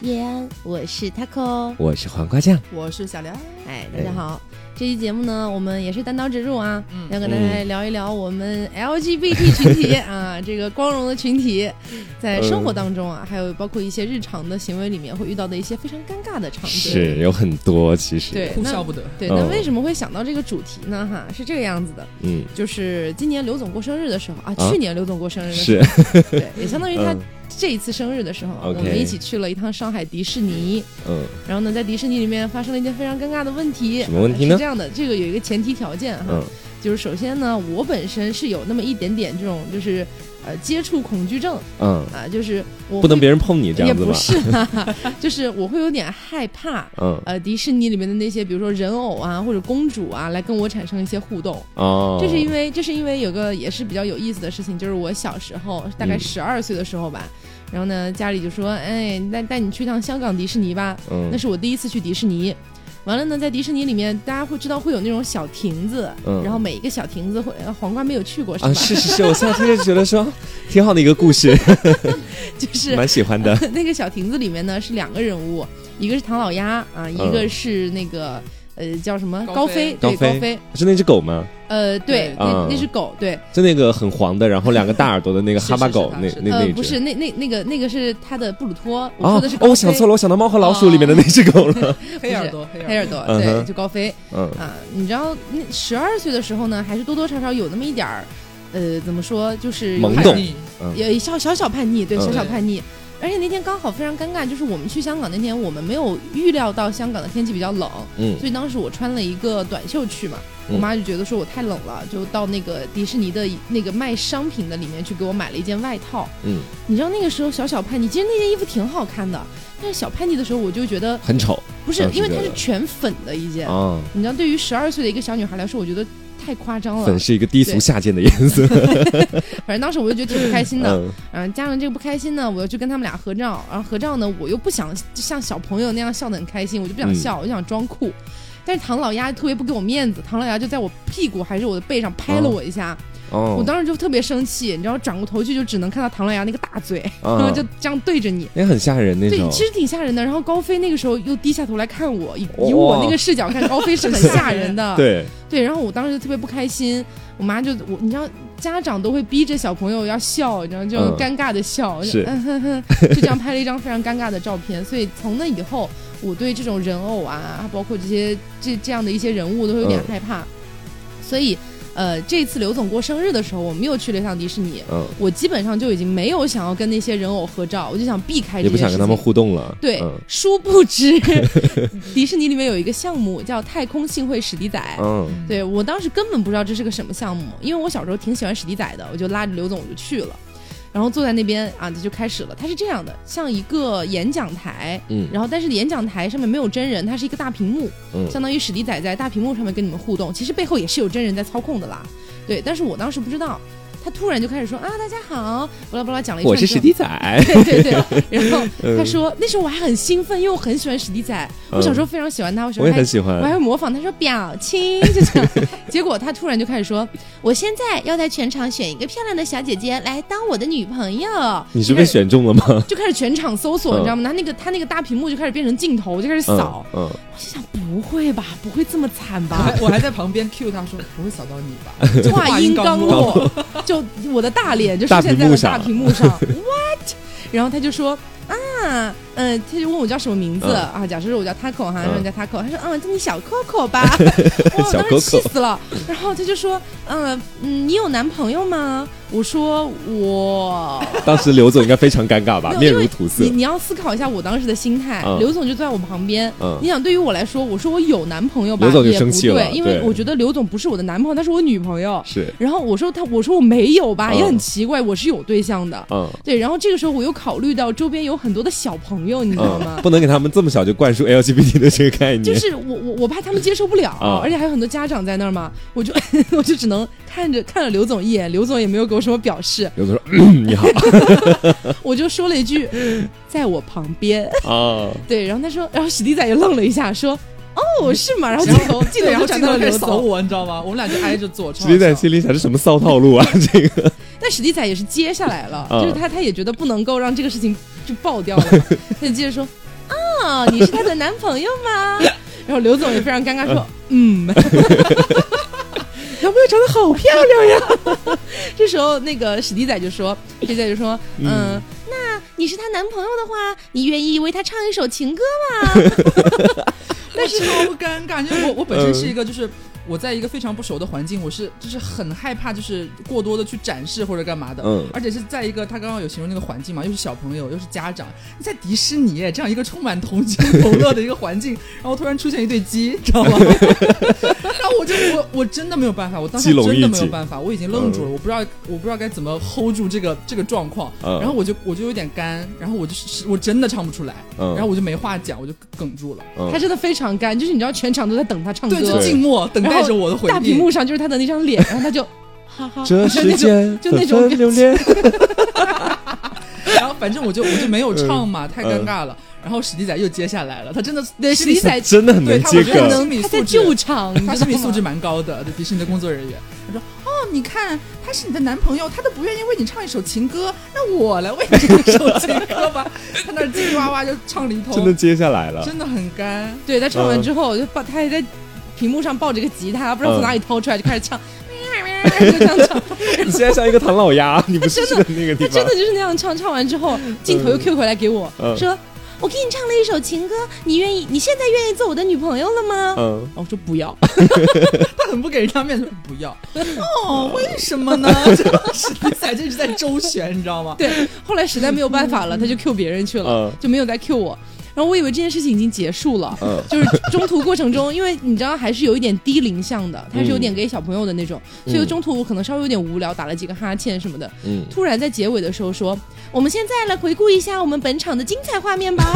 叶安，我是 Taco。我是黄瓜酱，我是小梁，哎，大家好，这期节目呢，我们也是单刀直入啊，嗯要跟大家聊一聊我们嗯 LGBT 群体 啊，这个光荣的群体，嗯在生活当中啊，还有包括一些日常的行为里面会遇到的一些非常尴尬的场景。是有很多其实，对哭那笑不得。对，哦那为什么会想到这个主题呢？哈，是这个样子的，嗯，就是今年刘总过生日的时候啊，啊去年刘总过生日的时是，候，对，也相当于他嗯这一次生日的时候啊， OK 我们一起去了一趟上海迪士尼，嗯，然后呢，在迪士尼里面发生了一件非常尴尬的问题。呃什么问题呢是这样的，这个有一个前提条件哈，嗯就是首先呢，我本身是有那么一点点这种就是呃接触恐惧症嗯，啊，就是我不能别人人碰你这也样子不吧？是哈哈， 就是我会有点害怕。嗯，呃，迪士尼里面的那些，比如说人偶啊，或者公主啊，来跟我产生一些互动，哦，这是因为这是因为有个也是比较有意思的事情，就是我小时候大概嗯十二岁的时候吧，然后呢家里就说，哎，带带你去趟香港迪士尼吧，那嗯是我第一次去迪士尼。完了呢，在迪士尼里面，大家会知道会有那种小亭子，嗯然后每一个小亭子会，呃黄瓜没有去过是吧？啊，是是是，我现在听着觉得说 挺好的一个故事， 就是蛮喜欢的。 那个小亭子里面呢是两个人物，一个是唐老鸭啊，一个是那个呃叫什么高飞飞，对嗯高飞高飞，是那只狗吗？呃对对，那嗯那是狗对，就那个很黄的，然后两个大耳朵 的那个是哈巴狗，那是是那呃那不只是。那那那个那个是他的布鲁托，我哦说的是，哦，高我想飞错了，我想到《猫和老鼠》里面的那只狗了。黑耳朵，黑黑耳耳朵朵，嗯对哼就高飞，嗯啊，你知道那十二岁的时候呢，还是多多少少有那么一点儿，呃，怎么说，就是有懵点懂叛逆也小小小叛逆，对，嗯小小叛逆。而且那天刚好非常尴尬，就是我们去香港那天，我们没有预料到香港的天气比较冷， 嗯所以当时我穿了一个短袖去嘛，我嗯妈就觉得说我太冷了，就到那个迪士尼的那个卖商品的里面去给我买了一件外套。嗯，你知道那个时候小小叛逆，其实那件衣服挺好看的，但是小叛逆的时候我就觉得很丑不是当，时因为它觉是得全粉的一件，啊，你知道，对于十二岁的一个小女孩来说，我觉得太夸张了粉。是一个低对俗下贱的颜色。反正当时我就觉得挺不开心的。嗯嗯，加上这个不开心呢，我又去跟他们俩合照。然后合照呢，我又不想像小朋友那样笑得很开心，我就不想嗯笑，我就想装酷。但是唐老鸭特别不给我面子，唐老鸭就在我屁股还是我的背上拍了我一下，我哦，当时就特别生气，你知道，转过头去就只能看到唐老鸭那个大嘴，然后啊就这样对着你。那很吓人那对，种。其实挺吓人的。然后高飞那个时候又低下头来看我，以以我那个视角看，高飞是很吓人的。对，对，然后我当时就特别不开心，我妈就我你知道，家长都会逼着小朋友要笑，你知道就嗯尴尬的笑，就是嗯哼哼， 就这样拍了一张非常尴尬的照片。所以从那以后，我对这种人偶啊，包括这些这这样的一些人物都会有点嗯害怕。所以，呃，这次刘总过生日的时候，我们又去了一趟迪士尼，嗯，我基本上就已经没有想要跟那些人偶合照，我就想避开这也些不事情。想跟他们互动了。对嗯，殊不知， 迪士尼里面有一个项目叫太空幸会史迪仔，嗯嗯对我当时根本不知道这是个什么项目，因为我小时候挺喜欢史迪仔的，我就拉着刘总我就去了，然后坐在那边啊，就开始了。它是这样的，像一个演讲台，嗯然后但是演讲台上面没有真人，它是一个大屏幕，嗯相当于史迪仔在大屏幕上面跟你们互动，其实背后也是有真人在操控的啦。对，但是我当时不知道，他突然就开始说啊，大家好，巴拉巴拉讲了一串，我是史迪。仔。对 对对，然后 嗯他说、那时候我还很兴奋，因为我很喜欢史迪仔，我小时候非常喜欢他，我小时候嗯我也还很喜我还欢。会模仿他说表亲，就这样。 结果他突然就开始说：“我现在要在全场选一个漂亮的小姐姐来当我的女朋友。”你是被选中了吗？就开始全场搜索，嗯你知道吗？他那个他那个大屏幕就开始变成镜头，就开始嗯扫。嗯，我心想：不会吧，不会这么惨 我吧还？我还在旁边 Q 他说不会扫到你吧？话音刚落，就我的大脸就出现在了大屏幕 上。What？然后他就说啊，嗯、他就问我叫什么名字、嗯啊，假设是我叫 Taco 哈，嗯让人叫 Taco，他说啊，叫你小 Coco 吧， 哇，我小当时 Coco 气死了。然后他就说，嗯、嗯，你有男朋友吗？我说我当时刘总应该非常尴尬吧，没面有如土色你。你要思考一下我当时的心态。嗯刘总就坐在我旁边，嗯你想对于我来说，我说我有男朋友吧，刘总就也不生气了对，因为对我觉得刘总不是我的男朋友，他是我女朋友。是，然后我说他，我说我没有吧，嗯也很奇怪，我是有对象的。嗯对，然后这个时候我又考虑到周边有很多的小朋友，你知道吗嗯，？不能给他们这么小就灌输 LGBT 的这个概 嗯就念。是我我我怕他们接受不了，嗯而且还有很多家长在那儿嘛，我就 我就只能看着看了刘总一眼，刘总也没有给我什么表示，刘总说：“ 嗯你好我就说了一 句，在我旁边。啊，对，然后他说， 然后史迪仔也愣了一下，说哦是吗？然后镜头 镜嗯头然后就转镜到头了开刘始扫总，我，你知道吗？我们俩就挨着坐。超史迪仔好笑心里想：“这什么骚套路啊？这个但史迪仔也是接下来了，嗯就是他他也觉得不能够让这个事情就爆掉了嘛，他就接着说。哦，你是她的男朋友吗？ 然后刘总也非常尴尬说，嗯。 小朋友长得好漂亮呀！ 这时候，那个史迪仔就说：“史迪仔就说，嗯，嗯那你是她男朋友的话，你愿意为她唱一首情歌吗？”但是超尴尬，因为我我本身是一个就是。我在一个非常不熟的环境，我是就是很害怕，就是过多的去展示或者干嘛的，嗯而且是在一个他刚刚有形容那个环境嘛，又是小朋友，又是家长，在迪士尼这样一个充满童真同乐的一个环境， 然后突然出现一对鸡，知道吗？ 然后我就我我真的没有办法，我当时鸡笼真的没一有紧办法，我已经愣住了，嗯我不知道我不知道该怎么 hold 住这个这个状况，嗯然后我就我就有点干，然后我就是我真的唱不出来，嗯然后我就没话讲，我就哽住了。嗯她真的非常干，就是你知道，全场都在等她唱歌，对，就静默，等待着我的回应。大屏幕上就是她的那张脸，然后她就哈哈，这世间就那纷种纷流连，然后反正我就我就没有唱嗯嘛，太尴尬了。然后史迪仔又接下来了，他真的对史史迪仔真的很对能他接我觉得可很梗。能她在救场，他你知心理道吗素质蛮高的，迪士尼的工作人员。他说：“哦，你看他是你的男朋友，他都不愿意为你唱一首情歌，那我来为你唱一首情歌吧。”他那叽里哇哇就唱了一通，真的接下来了，真的很干。对他唱完之后，就抱他还在屏幕上抱着个吉他，不知道从哪里掏出来，就开始唱， 就这样唱。你现在像一个唐老鸭，你不是真的那个他地真方的，就是那样唱，唱完之后镜头又 Q 回来给我嗯说：“我给你唱了一首情歌，你愿意？你现在愿意做我的女朋友了吗？”嗯，哦然后我说不要，他很不给人家面子，说不要。哦，为什么 呢？史迪仔这是在周旋，你知道吗？对，后来实在没有办法了，他就 Q 别人去了，嗯就没有再 Q 我。然后我以为这件事情已经结束了，嗯就是中途过程中，因为你知道还是有一点低龄向的，他是有嗯点给小朋友的那种，所以中途我可能稍微有点无聊，打了几个哈欠什么的。嗯，突然在结尾的时候说：“我们现在来回顾一下我们本场的精彩画面 吧。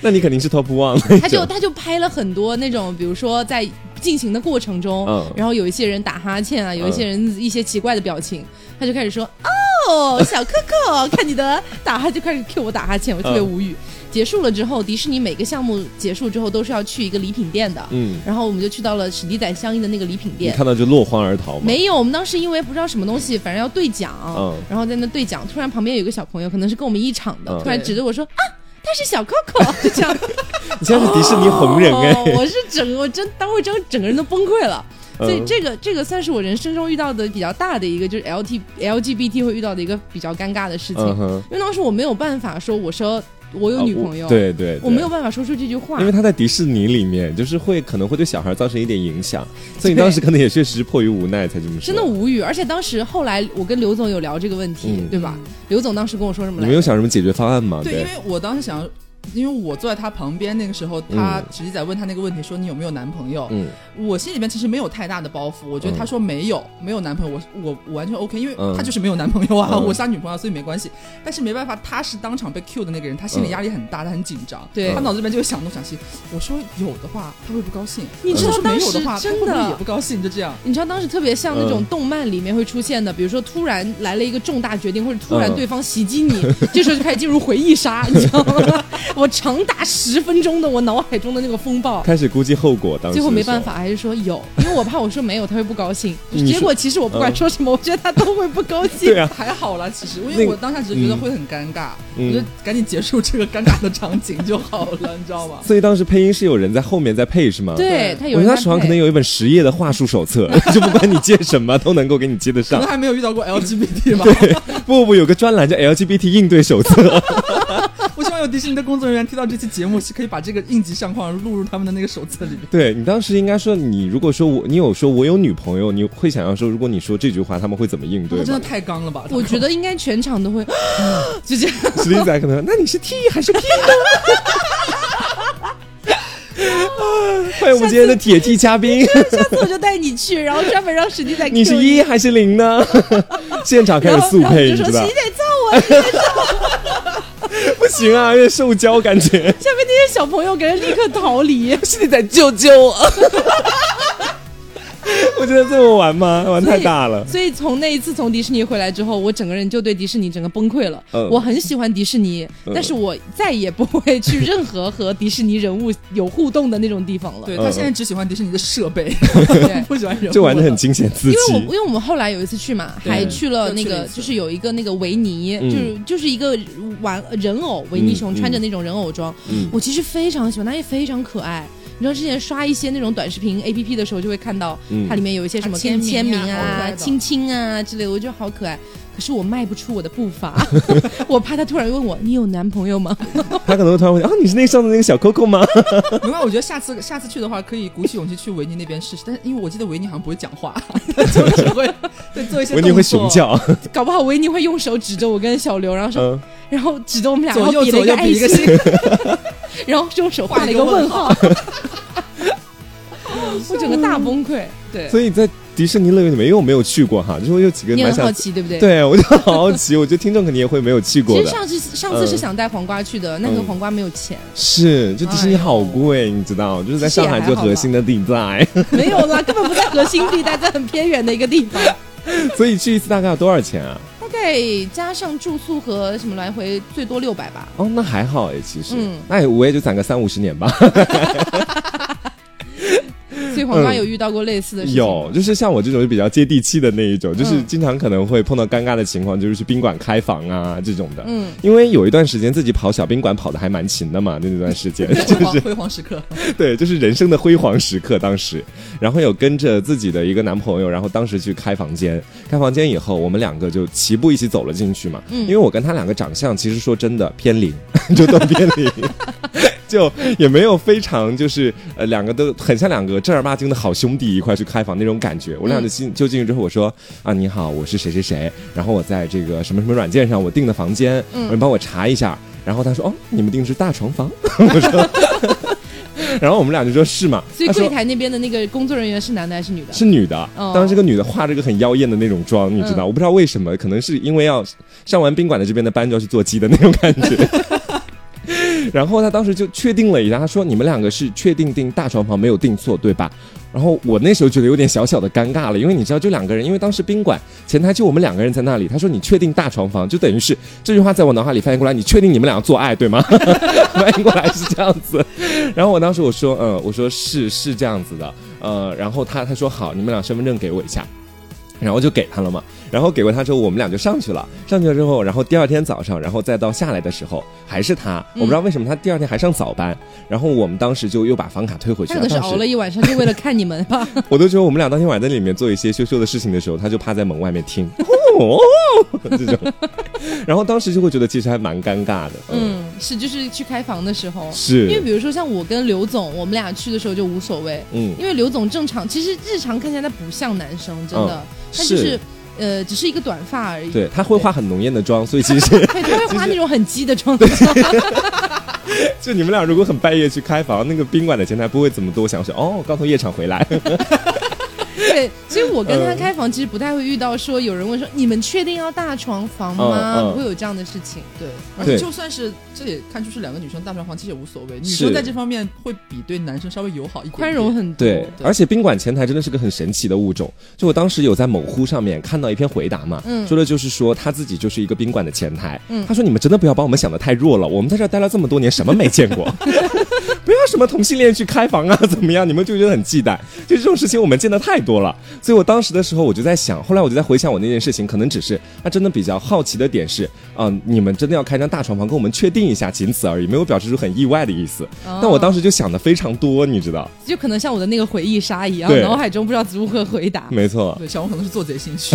那你肯定是 top one 那”他就种他就拍了很多那种，比如说在进行的过程中，嗯然后有一些人打哈欠啊，有一些人一些奇怪的表情，他就开始说：“哦，小可可，看你的打哈就开始 Q 我打哈欠，我特别嗯无语。结束了之后，迪士尼每个项目结束之后都是要去一个礼品店的，嗯，然后我们就去到了史迪仔相应的那个礼品你店。看到就落荒而逃嘛。没有，我们当时因为不知道什么东西，反正要兑奖，嗯然后在那兑奖，突然旁边有一个小朋友，可能是跟我们一场的，嗯突然指着我说啊。他是小 Coco，就这样。 你现在是迪士尼红人哎、 哦我是整，我真当我真整个人都崩溃了。所以嗯这个这个算是我人生中遇到的比较大的一个，就是 L T L G B T 会遇到的一个比较尴尬的事情。嗯哼，因为当时我没有办法说，我说我有女朋友，啊我对对，对我没有。办法说出这句话因。为他在迪士尼里面，就是会可能会对小孩造成一点影响，所以你当时可能也确实是迫于无奈才这么说。真的无语。而且当时后来我跟刘总有聊这个问题，嗯对吧？刘总当时跟我说什么你来没有着？想什么解决方案吗？对，因为我当时想，因为我坐在他旁边那个时候，他嗯直接在问他那个问题，说你有没有男朋友？嗯我心里面其实没有太大的包袱，我觉得嗯他说没有，没有男朋友，我我我完全 OK，因为嗯他就是没有男朋友啊，嗯我是他女朋友啊，所以没关系。但是没办法，他是当场被 Q 的那个人，他嗯心理压力很大，他很紧张，对他脑子里面就会想东想西。我说有的话，他会不高兴；你知道我说没有的话，当时他会不真的会也不高兴？就这样，你知道当时特别像那种嗯动漫里面会出现的，比如说突然来了一个重大决定，或者突然嗯对方袭击你， 这时候就开始进入回忆杀，你知道吗？我长达十分钟的我脑海中的那个风暴，开始估计后果，当时最后的没时候办，法还是说有，因为我怕我说没有他会不高兴。你结说果其实我不管嗯说什么，我觉得他都会不高兴。 对啊，还好啦，其实，因那为个我当下只是觉得会很尴尬，嗯我就赶紧结束这个尴尬的场景就好了，你知道吗？所以当时配音是有人在后面在配是吗？对他有嗯我人觉得搭他手上可配能有一本十页的话术 手册，就不管你接什么都能够给你接得可上能。还没有遇到 过 LGBT 吧。不不不，有个专栏叫 LGBT 应对手册，我希望有迪士尼的工作人员听到这期节目，是可以把这个应急相框录入他们的那个手册里面。对你当时应该说，你如果说我，你有说我有女朋友，你会想要说，如果你说这句话，他们会怎么应他对们真吗的？太刚了吧？我觉得应该全场都会 就这样。史力 仔可能，那你是 T 还是 P 呢？啊欢迎我们今天的铁 T 嘉宾， 下次我就带你去，然后专门让史蒂仔你是 Q 一还是 零呢？现场开然始后速然后我配，就说你知道史蒂？仔揍我，下不行啊，有点受教 感觉。面那 些小朋友给人立刻逃离。史力仔救救我！我觉得这么玩吗？玩太大 了。所以从那一次从迪士尼回来之后，我整个人就对迪士尼整个崩溃了。嗯我很喜欢迪士尼，嗯但是我再也不会去任何和迪士尼人物有互动的那种地 方了。对嗯他现在只喜欢迪士尼的设备， 对不喜欢人物。就玩的很清闲刺因为我激因，为我们后来有一次去嘛，对还去了那又去了个一次就是有一个那个维尼，嗯就是就是一个玩人偶维尼熊，嗯穿着那种人偶装，嗯我其实非常喜欢，它也非常可爱。你知道之前刷一些那种短视频 A P P 的时候，就会看到嗯它里面有一些什么啊跟签签名名啊啊好、可爱的亲亲啊之类的，我觉得好可爱。可是我迈不出我的步伐， 我怕他突然问我：“你有男朋友吗他可能会突然问啊，你是那上次那个小 Coco 吗？没关系，我觉得下次下次去的话，可以鼓起勇气去维尼那边试试。但是因为我记得维尼好像不会讲 话，就只会对做一些维尼会动作熊，叫，？”搞不好维尼会用手指着我跟小刘，然后说，嗯，然后指着我们俩，然左后右比了左一个右爱比一个心，心， 然后用手画了一个问号， 我整个大崩溃。对，所以在迪士尼乐园里面，因为我没有去过哈，就是我有几个你蛮很好想，奇对不对？对我就好好奇，我觉得听众肯定也会没有去其过实的，上次上次是嗯想带黄瓜去的，那个嗯黄瓜没有钱。是，就迪士尼哎呦好贵，你知道，就是在上海哎其实最也还好核心的地带， 没有啦，根本不在核心地带，在很偏远的一个地方。所以去一次大概要多少钱啊？大概加上住宿和什么来回，最多六百吧。哦，那还好哎，其实嗯，那也我也就攒个三五十年吧。所以黄瓜嗯有遇到过类似的事情吗有，就是像我这种就比较接地气的那一种，就是嗯经常可能会碰到尴尬的情况，就是去宾馆开房啊这种的。嗯，因为有一段时间自己跑小宾馆跑的还蛮勤的嘛，那段时 间辉煌辉煌时刻。 对，就是人生的辉煌时刻。当时，然后有跟着自己的一个男朋友，然后当时去开房间，开房间以后，我们两个就齐步一起走了进去嘛。嗯因为我跟他两个长相，其实说真的偏零， 就都偏零。 就也没有非常就是呃两个都很像两个正儿八经的好兄弟一块去开房那种感觉。嗯我俩就进就进去之后，我说啊你好，我是谁谁谁，然后我在这个什么什么软件上我订的房间，嗯你帮我查一下。然后他说哦你们订的是大床房，我说。然后我们俩就说是嘛，所以他说柜台那边的那个工作人员是男的还是女的？是女的，哦嗯当时这个女的化着一个很妖艳的那种妆，你知道，我不知道为什么，可能是因为要上完宾馆的这边的班就要去做鸡的那种感 觉。然后她当时就确定了一下，她说：“你们两个是确定订大床房没有订错对吧？”然后我那时候觉得有点小小的尴尬了，因为你知道，就两个人，因为当时宾馆前台就我们两个人在那里。她说：“你确定大床房？”就等于是这句话在我脑海里翻译过来，你确定你们俩做爱对吗？翻译过来是这样子。然后我当时我说，嗯，我说是是这样子的，呃，然后他他说好，你们俩身份证给我一下，然后就给他了嘛。然后给过他之后，我们俩就上去了。上去了之后，然后第二天早上，然后再到下来的时候，还是他，我不知道为什么他第二天还上早班。然后我们当时就又把房卡退回去他了。可能是当时熬了一晚上，就为了看你们吧。我都觉得我们俩当天晚上在里面做一些羞羞的事情的时候，他就趴在门外面听，哦，这种。然后当时就会觉得其实还蛮尴尬的，嗯，嗯，是，就是去开房的时候，因为是，比如说像我跟刘总，我们俩去的时候就无所谓，嗯，因为刘总正常，其实日常看起来他不像男生，真的，他就是是呃，只是一个短发而 已。嗯对，他会化很浓艳的妆，所以其实 对，他会化那种很鸡的妆。就你们俩如果很半夜去开房，那个宾馆的前台不会怎么多想说哦，刚从夜场回来，对，所以我跟他嗯开房其实不太会遇到说有人问说你们确定要大床房吗？嗯嗯不会有这样的事情。对，而对且就算是这也看出是两个女生大床房，其实也无所谓。女生是在这方面会比对男生稍微友好一点点，宽容很多。对，而且宾馆前台真的是个很神奇的物种。就我当时有在某乎上面看到一篇回答嘛，嗯说的就是说他自己就是一个宾馆的前台，嗯他说你们真的不要把我们想的太弱了，我们在这儿待了这么多年，什么没见 过，不要什么同性恋去开房啊，怎么样？你们就觉得很忌惮，就这种事情我们见的太多了。所以我当时的时候我就在想，后来我就在回想我那件事情，可能只是他真的比较好奇的点是，嗯、你们真的要开张大床房，跟我们确定一下，仅此而已，没有表示出很意外的意思。哦但我当时就想的非常多，你知道，就可能像我的那个回忆杀一样，对脑海中不知道如何回答。没错。对，小红可能是做贼心虚。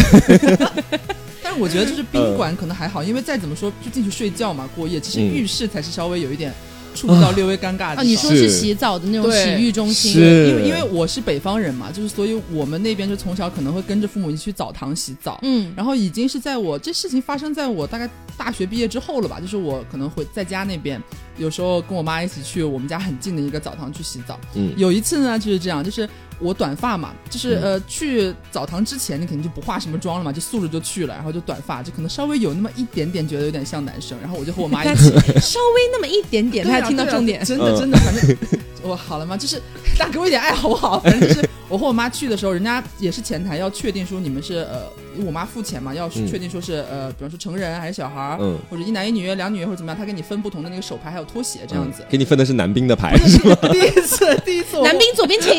但是我觉得就是宾馆可能还好，因为再怎么说就进去睡觉嘛，过夜。其实嗯浴室才是稍微有一点触不到略微尴尬的地方。啊，你说是是洗澡的那种对洗浴中心，是因为因为我是北方人嘛，就是所以我们那边就从小可能会跟着父母一起去澡堂洗澡。 嗯，然后已经是在我这事情发生在我大概大学毕业之后了吧，就是我可能回在家那边，有时候跟我妈一起去我们家很近的一个澡堂去洗澡。嗯有一次呢就是这样，就是我短发嘛，就是、嗯呃去澡堂之前你肯定就不化什么妆了嘛，就素着就去了，然后就短发，就可能稍微有那么一点点觉得有点 像男生，然后我就和我妈一起稍微那么一点点，对啊他听到对啊重点。真的嗯真的，反正我我好了吗？就是大家给我一点爱好不好？反正就是我和我妈去的时候，人家也是前台要确定说你们是呃，因为我妈付钱嘛，要嗯确定说是、呃，比方说成人还是小孩儿，嗯或者一男一女、两女或者怎么样，他给你分不同的那个手牌还有拖鞋这样子。 给你分的是男兵的牌不是是吗？第一次，第一次我嗯男宾左边 请，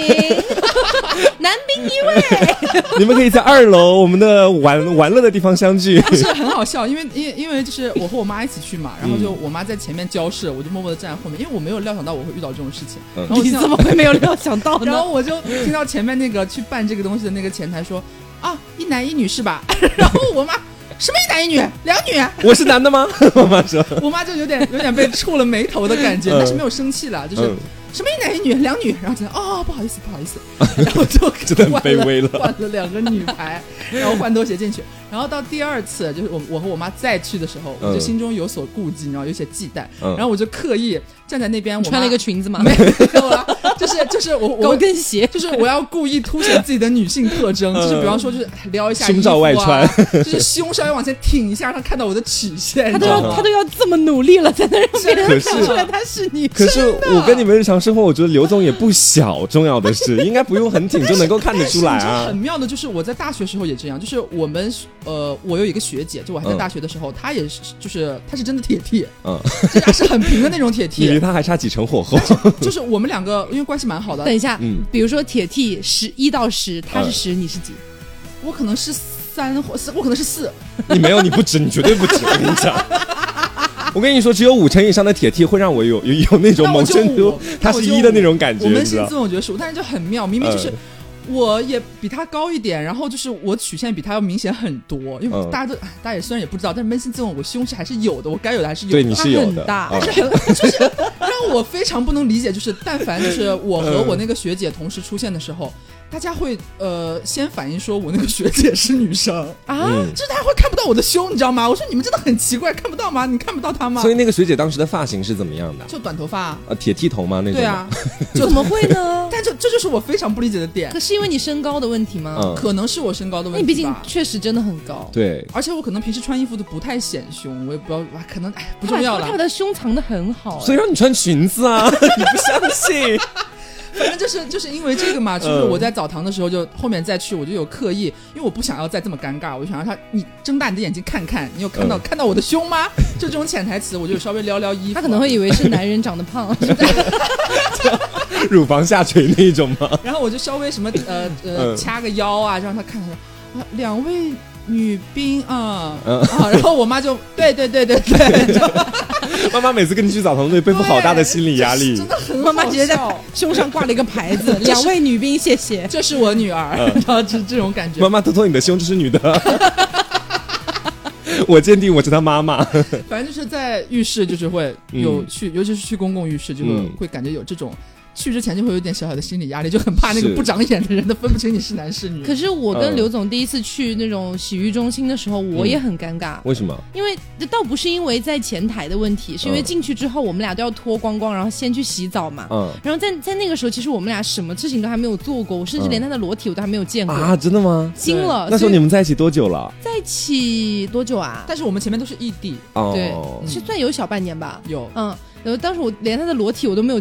男宾一位。 你们可以在二楼我们的玩玩乐的地方相 聚。是很好笑，因为因为因为就是我和我妈一起去嘛，然后就我妈在前面交涉，我就默默的站在后面，因为我没有料想到我会遇到这种事情。嗯然后我你听到怎么会没有料想到然呢？后我就听到前面那个去办这个东西的那个前台说：“啊，一男一女是吧？” 然后我妈什么一男一女，两女。我是男的吗？我 妈说，我妈就有点有点被触了眉头的感觉，嗯但是没有生气了，就是、嗯什么一男一女两女，然后就哦不好意思不 好意思，然后就真的很换卑微了 换了两个女 排，然后换拖鞋进去，然后到第二次就是我我和我妈再去的时候，我就嗯心中有所顾忌，然后有些忌惮，嗯然后我就刻意站在那边，我妈穿了一个裙子吗？ 没有啊，就是就是我 高我。跟鞋。就是我要故意凸显自己的女性特 征，嗯就是比方说，就是撩一下、衣胸罩服啊外穿，就是胸稍微往前挺一下，让她看到我的曲线。他都你知道要嗯吗他都要这么努力了，才能让别可人是看出来他是你。可是我跟你们日常生活，我觉得刘总也不小。重要的 是，应该不用很挺就能够看得出来但是你知道啊很。妙的就是我在大学时候也这样，就是我们呃，我有一个学姐，就我还在嗯大学的时候，她也是就是她是真的铁 T，嗯，就是她是很平的那种铁 你离 T，他还差几成火候。 就是我们两个因为关系蛮好等的，一下嗯，比如说铁 T 十一到十，他是十，你是几？我可能是三或四，我可能是四，你没有，你不止，你绝对不止。我跟你讲，我跟你说，只有五成以上的铁 T 会让我有有有那种那我萌就生出五他是一的那种感觉，我你扪知心道自？问，我觉得是五，但是就很妙，明明就是嗯。我也比她高一点，然后就是我曲线比她要明显很多，因嗯为大家都、哎大家也虽然也不知道，但是扪心自问，我胸是还是有的，我该有的还是有的。对，你是有很的。大嗯让我非常不能理解，就是但凡就是我和我那个学姐同时出现的时嗯候，大家会呃先反应说我那个学姐是女生，啊，嗯就是大家会看不到我的胸，你知道吗？我说你们真的很奇怪，看不到吗？你看不到她吗所？以那个学姐当时的发型是怎么样的？就短头发、啊，啊，铁剃头吗？那种？对啊，怎么会呢？但就这就是我非常不理解的点 可，是因为你身高的问题吗？嗯，啊可能是我身高的那问你题毕竟吧确实真的很高，对，而且我可能平时穿衣服都不太显胸，我也不知道，啊可能哎不他把重要他了把，他胸藏的很好，所以哎让你穿裙子啊， 你不相信？反正就是就是因为这个嘛，就是嗯我在澡堂的时候就后面再去，我就有刻意，因为我不想要再这么尴尬，我就想让他你睁大你的眼睛看看，你有看到、嗯看到我的胸吗？就这种潜台词，我就稍微撩撩衣服。啊他可能会以为是男人长得 胖，乳房下垂那一种吗？然后我就稍微什么呃呃嗯掐个腰啊，让他看看啊，两位女兵啊、嗯啊，然后我妈就对对对对对，就 妈妈每次跟你去澡堂都会背负好大的心理压力真。的很妈妈直接在好笑 胸上挂了一个牌 子，是两位女兵，谢谢。这是我女儿，嗯然后就这种感觉妈。妈托托你的胸，这是 女的。我鉴定我是她妈妈。反正就是在浴室，就是会有嗯去，尤其是去公共浴室，就会、嗯会感觉有这种。去之前就会有点小小的心理压力，就很怕那个是不长眼的人，他分不清你是男是女。可是我跟嗯刘总第一次去那种洗浴中心的时候，我也很尴尬，为什么？因为倒不是因为在前台的问题，是因为嗯进去之后我们俩都要脱光光，然后先去洗澡嘛。嗯然后在在那个时候，其实我们俩什么事情都还没有做过，我甚至嗯连他的裸体我都还没有见过，啊，真的吗？惊了。那时候所以你们在一起多久了？在一起多久啊？但是我们前面都是异地，对哦，是算有小半年吧。有嗯，然后当时我连他的裸体我都没有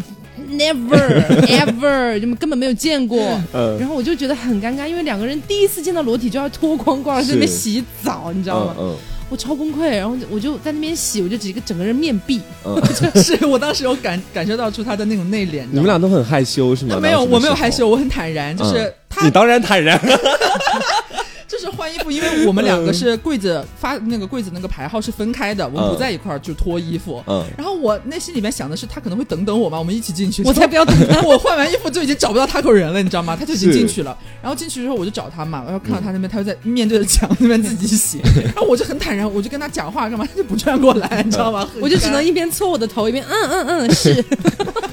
，never ever 就根本没有见过。嗯，然后我就觉得很尴尬，因为两个人第一次见到裸体就要脱光光是在那边洗澡，你知知道吗？嗯我超崩溃，然后我就在那边洗，我就整个整个人面壁。 嗯，是我当时有感感受到出他的那种内敛。你们俩都很害羞是吗？他没有，嗯当时的时候我没有害羞，。我很坦然，就是、嗯他你当然坦 然，就是换衣服，因为我们两个是柜子发那个柜子那个牌号是分开的，我们嗯不在一块儿就脱衣服。嗯，然后我内心里面想的是，他可能会等等我嘛，我们一起进去。，我才不要等他 我换完衣服就已经找不到他口人了，你知道吗？他就已经是进去了，然后进去之后我就找他嘛，然后看到他那边，他就在面对着墙那边自己 写，然后我就很坦然，我就跟他讲话干嘛，他就不转过来，你知道 吗？我就只能一边搓我的头一边嗯嗯嗯 是。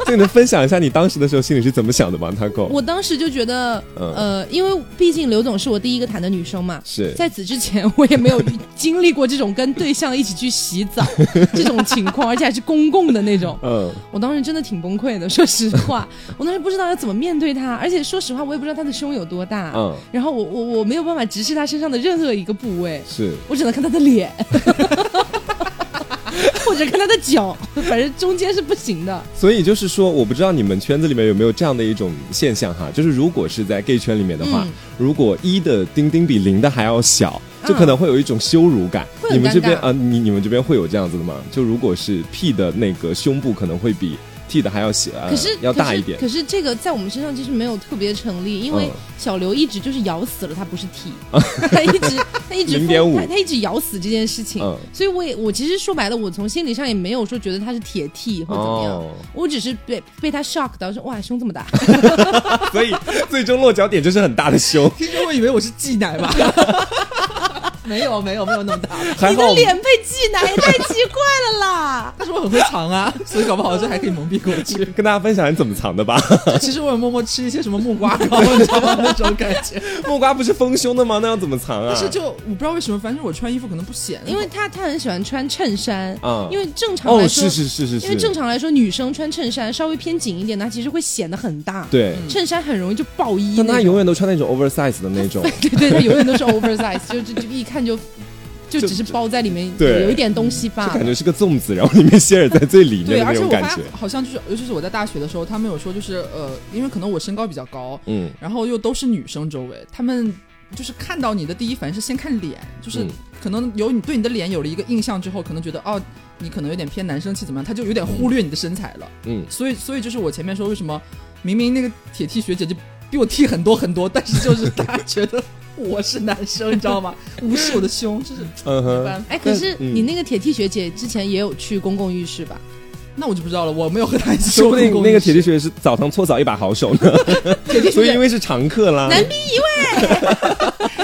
所以你能分享一下你当时的时候心里是怎么想的吗？他够我当时就觉得，嗯呃，因为毕竟刘总是我第一个谈的女生嘛。是在此之前，我也没有 经历过这种跟对象一起去洗澡这种情况，而且还是公共的那种。嗯我当时真的挺崩溃的，说实话，我当时不知道要怎么面对他，而且说实话，我也不知道他的胸有多大。嗯然后我我我没有办法直视他身上的任何一个部位， 是我只能看他的脸。我我只看他的脚，反正中间是不行的。所以就是说，我不知道你们圈子里面有没有这样的一种现象哈，就是如果是在 gay 圈里面的话，嗯如果一的丁丁比零的还要小，就嗯可能会有一种羞辱感。会很你们这边尴尬啊、你你们这边会有这样子的吗？就如果是 P 的那个胸部可能会比 T 的还要小，呃可是要大一点可。是可是这个在我们身上其实没有特别成立，因为嗯小刘一直就是咬死了他不是 T，他一直他一直疯0.5他他一直咬死这件事情。嗯所以我也我其实说白了，我从心理上也没有说觉得他是铁 T 或怎么样，哦我只是被被他 shock 到说哇胸这么 大，所以最终落脚点就是很大的 胸，听众会以为我是妓奶吧？ 没有没有没有那么大，！还你好的脸配妓男也太奇怪了啦 但是我很会藏啊，所以搞不好这还可以蒙蔽过去。跟大家分享你怎么藏的吧。 就其实我有默默吃一些什么木瓜膏，你知道吗？那种感觉。木瓜不是丰胸的吗？那要怎么藏啊但？是就我不知道为什么，反正我穿衣服可能不显，因为他他很喜欢穿衬衫，嗯因为正常哦，来说，是是是是是，因为正常来说女生穿衬衫稍微偏紧一点，它其实会显得很大，，对。衬衫很容易就爆衣但那他种。永远都穿那种 oversize 的那种， 对对，他永远都是 oversize，就就就一看就就就只是包在里面，对有一点东西罢感了。觉是个粽子，然后里面馅儿在最里对，面的那而且种我感发觉现。好像就是，尤其是我在大学的时候，他们有说就是呃，因为可能我身高比较高，嗯，然后又都是女生周围，他们就是看到你的第一反应是先看脸，就是嗯可能有你对你的脸有了一个印象之后，可能觉得哦，你可能有点偏男生气怎么样，他就有点忽略你的身材了。嗯所以所以就是我前面说为什么明明那个铁 T 学姐就比我 T 很多很多，但是就是大家觉得我是男生，你知道 吗？无视我的胸，就是嗯没哼，办法。哎，可是嗯你那个铁 T 学姐之前也有去公共浴室吧？那我就不知道了，我没有和她一起说不定过公那个寓铁弟学是早堂搓澡一把好手呢，铁 T 所学以因姐，为是常客啦。男逼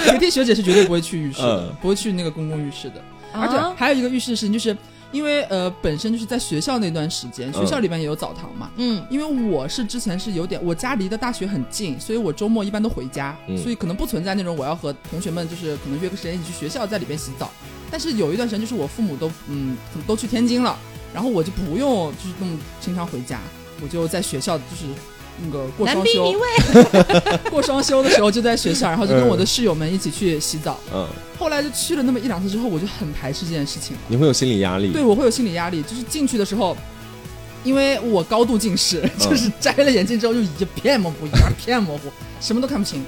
铁 T 学姐是绝对不会去浴室的嗯，不会去那个公共浴室的。而且啊，还有一个浴室的事情，就是因为呃，本身就是在学校那段时间，学校嗯里边也有澡堂嘛。嗯，因为我是之前是有点，我家离的大学很近，所以我周末一般都回家，嗯所以可能不存在那种我要和同学们就是可能约个时间一起去学校在里边洗澡。但是有一段时间就是我父母都嗯可能都去天津了，然后我就不用就是那么经常回家，我就在学校就是那个过男双逼一 休，位，过双休的时候就在学校，然后就跟嗯我的室友们一起去洗澡。嗯，后来就去了那么一两次之后，我就很排斥这件事情了。你会有心理压力。对我会有心理压力，就是进去的时候，因为我高度近视，嗯就是摘了眼镜之后就一片模糊，一片模糊，什么都看不清。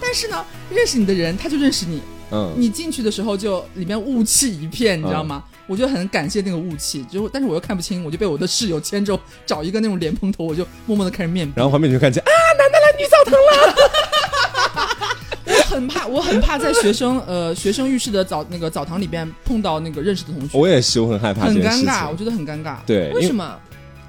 但是呢，认识你的人他就认识你，嗯，你进去的时候就里面雾气一片，你知道吗？我就很感谢那个雾气，就但是我又看不清，我就被我的室友牵着找一个那种莲蓬头，我就默默的开始面壁。然后旁边你就看见，啊，我很怕，我很怕在 学生呃学生浴室的澡那个澡堂里边碰到那个认识的同学，我也是，我很害怕这很件尴事尬，我情。觉得很尴尬。对，为因什么？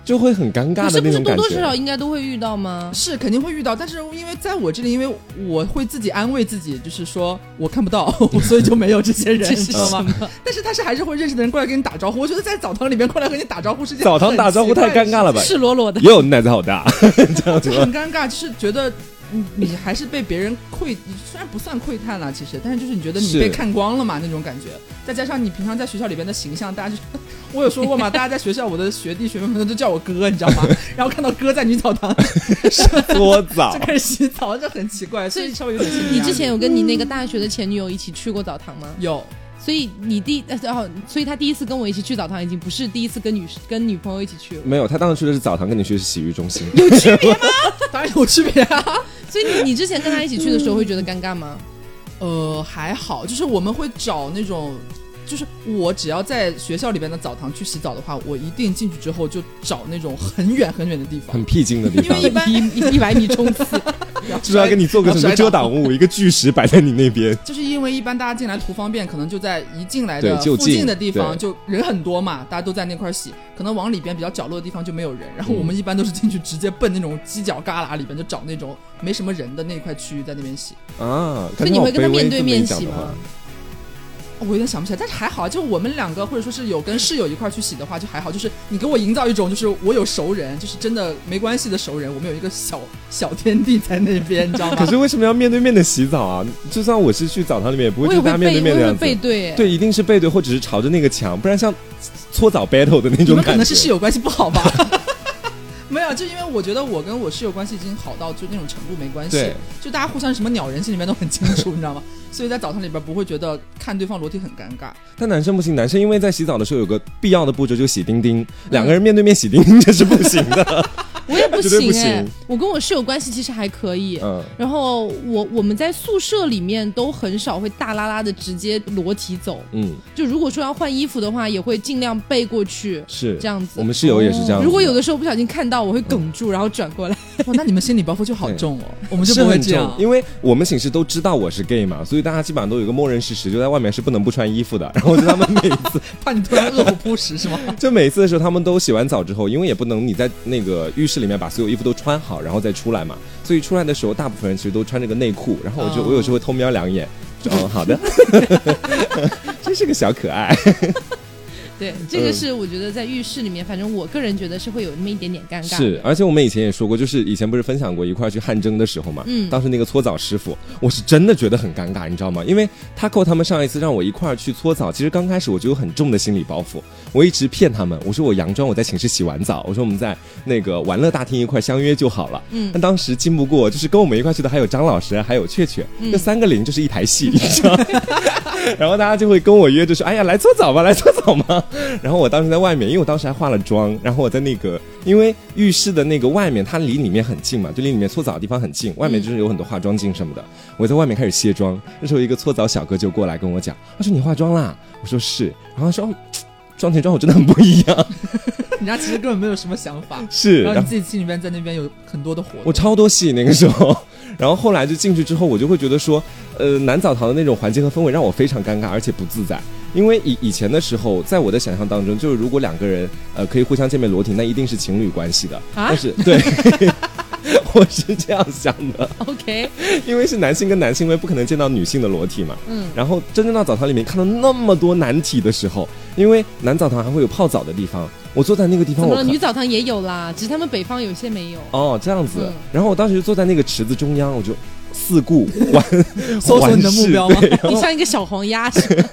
就会很尴你尬是的不那是种多感多少少觉。应该都会遇到 吗？是肯定会遇到，但是因为在我这里，因为我会自己安慰自己，就是说我看不到， 所以就没有这些人，这是知道什吗？么？ 但是他是还是会认识的人过来跟你打招呼。我觉得在澡堂里面过来和你打招呼是件澡堂打招呼太尴尬了吧？赤裸裸的。哟，你奶子好大，这样子就吗？很尴尬，就是觉得你你还是被别人窥，你虽然不算窥探啦，其实，但是就是你觉得你是被看光了嘛那种感觉，再加上你平常在学校里边的形象，大家就 我有说过嘛，大家在学校我的学弟学妹们都叫我哥，你知道 吗？然后看到哥在女澡堂多早 就开始洗澡，这很奇怪，所以稍微有点心理 你压之力前有跟你那嗯个大学的前女友一起去过澡堂吗？有。所以你第呃哦，所以他第一次跟我一起去澡堂，已经不是第一次跟女跟女朋友一起去了。没有，他当时去的是澡堂，跟你去的是洗浴中心。当然有区别啊。 所以你你之前跟他一起去的时候会觉得尴尬 吗？呃，还好，就是我们会找那种，就是我只要在学校里边的澡堂去洗澡的话，我一定进去之后就找那种很远很远的地方 很。僻静的地因为方一，般一一百米冲刺，就是要给你做个什么遮挡物，一个巨石摆在你那边。就是因为一般大家进来图方便，可能就在一进来对的就附近近的地方对就人很多嘛，大家都在那块儿洗，可能往里边比较角落的地方就没有人。然后嗯我们一般都是进去直接奔那种犄角旮旯里边，就找那种没什么人的那块区域在那边洗。啊，所以你会跟他感觉好卑微面对面这么一洗讲的话吗？我有点想不起来，但是还好，就我们两个或者说是有跟室友一块儿去洗的话，就还好。就是你给我营造一种，就是我有熟人，就是真的没关系的熟人，我们有一个小小天地在那边，你知道吗？可是为什么要面对面的洗澡啊？就算我是去澡堂里面，也不会我就也大家会背，面对我面的也会样背子。对，对，一定是背对或者是朝着那个墙，不然像搓澡 battle 的那你种们可感能是室觉。友关系不好吧？ 没有，就因为我觉得我跟我室友关系已经好到就那种程度没关系对，就大家互相什么鸟人心里面都很清楚，你知道吗？ 所以在澡堂里边不会觉得看对方裸体很尴尬。但男生不行，男生因为在洗澡的时候有个必要的步骤，就洗丁嗯丁，两个人面对面洗丁 丁这是不行的。我也不 绝对不行哎、行我跟我室友关系其实还可以。嗯，然后我我们在宿舍里面都很少会大拉拉的直接裸体走，嗯，就如果说要换衣服的话，也会尽量背过去是这样子哦我。们室友也是这样子的。如果有的时候不小心看到，我会哽住，然后转过来。哇，那你们心理包袱就好对重哦，我们就是不会很这样重，。因为我们寝室都知道我是 gay 嘛，所以大家基本上都有一个默认事实，就在外面是不能不穿衣服的。 然后就他们每次怕你突然饿虎扑食是吗？ 就每次的时候，他们都洗完澡之后，因为也不能你在那个浴室里面把所有衣服都穿好，然后再出来嘛，所以出来的时候，大部分人其实都穿着个内裤。然后我就、哦我有时候会偷瞄两眼，就哦好的， 真是个小可爱。嗯对，这个是我觉得在浴室里面，反正我个人觉得是会有那么一点点尴尬。是，而且我们以前也说过，就是以前不是分享过一块儿去汗蒸的时候嘛，嗯当时那个搓澡师傅，我是真的觉得很尴尬，你知道吗？因为他扣他们上一次让我一块儿去搓澡，其实刚开始我就有很重的心理包袱，我一直骗他们，我说我佯装我在寝室洗完澡，我说我们在那个玩乐大厅一块儿相约就好了，嗯但当时经不过，就是跟我们一块去的还有张老师，还有雀雀，嗯这三个零就是一台戏，你知道吗。然后大家就会跟我约着说：“哎呀，来搓澡吧，来搓澡嘛。” 然后我当时在外面，因为我当时还化了妆，然后我在那个，因为浴室的那个外面，它离里面很近嘛，就离里面搓澡的地方很近，外嗯面就是有很多化妆镜什么的。我在外面开始卸妆，这时候一个搓澡小哥就过来跟我讲，他说：“你化妆啦？”我说：“是。”然后他说：“嘖妆前妆后真的很不一样。人家其实根本没有什么想法”，是，然后然你后自己心里边在那边有很多的活我动。超多戏那个时候。 然后后来就进去之后，我就会觉得说，呃，男澡堂的那种环境和氛围让我非常尴尬，而且不自在。因为以以前的时候，在我的想象当中，就是如果两个人呃可以互相见面裸体，那一定是情侣关系的。啊但是对， 我是这样想的， OK，因为是男性跟男性，因为不可能见到女性的裸体嘛。嗯，然后真正到澡堂里面看到那么多男体的时候，因为男澡堂还会有泡澡的地方，我坐在那个地方，怎么我了？看女澡堂也有啦，只是他们北方有些没有。哦，这样子。嗯然后我当时就坐在那个池子中央，我就四顾环 搜索你的目标吗？环视对你像一个小黄鸭 似的。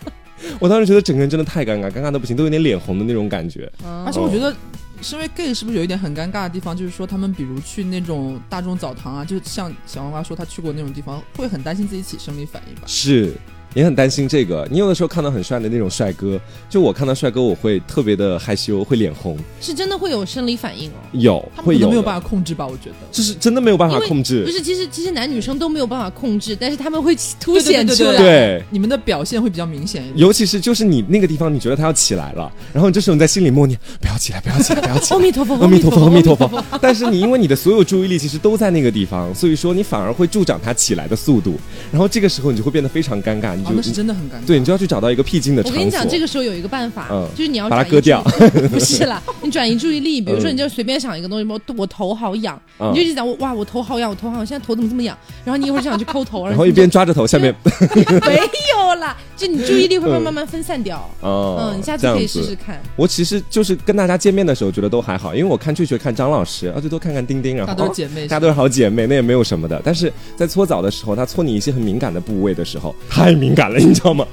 我当时觉得整个人真的太尴尬，尴尬的不行，都有点脸红的那种感觉。啊而且我觉得，身为 gay 是不是有一点很尴尬的地方？就是说，他们比如去那种大众澡堂啊，就像小黄瓜说他去过那种地方，会很担心自己起生理反应吧？是。也很担心这个，你有的时候看到很帅的那种帅哥，就我看到帅哥，我会特别的害羞，会脸红，是真的会有生理反应哦。有他们会可有能的，没有办法控制吧？我觉得。就是真的没有办法因为控不制，是，其实其实男女生都没有办法控制，但是他们会凸显出对来。对，你们的表现会比较明显一点。尤其是就是你那个地方，你觉得他要起来了，然后你这时候你在心里默念，不要起来，不要起来，不要 起来阿，弥陀佛，阿弥陀佛，阿弥陀佛。佛。但是你因为你的所有注意力其实都在那个地方，所以说你反而会助长它起来的速度，然后这个时候你就会变得非常尴尬，你啊就、，那是真的很尴尬。对，你就要去找到一个僻静哦的我场所。跟你讲，这个时候有一个办法，嗯就是你要把它转移割掉注意力 不是啦，你转移注意力，比如说嗯你就随便想一个东西，我我头好痒，嗯你就一直讲我哇我头好痒，我头好痒，现在头怎么这么痒？然后你一会儿就想去抠头，然后一边抓着头，下面你就 没有啦，就你注意力会慢慢慢慢分散掉。 哦嗯，你下次这样可子。以试试看。我其实就是跟大家见面的时候觉得都还好，因为我看雀雀、看张老师，啊，最多看看丁丁，然后大家都是哦姐妹大家都是好姐妹，那也没有什么的。但是在搓澡的时候，他搓你一些很敏感的部位的时候，太敏感了，你知道吗？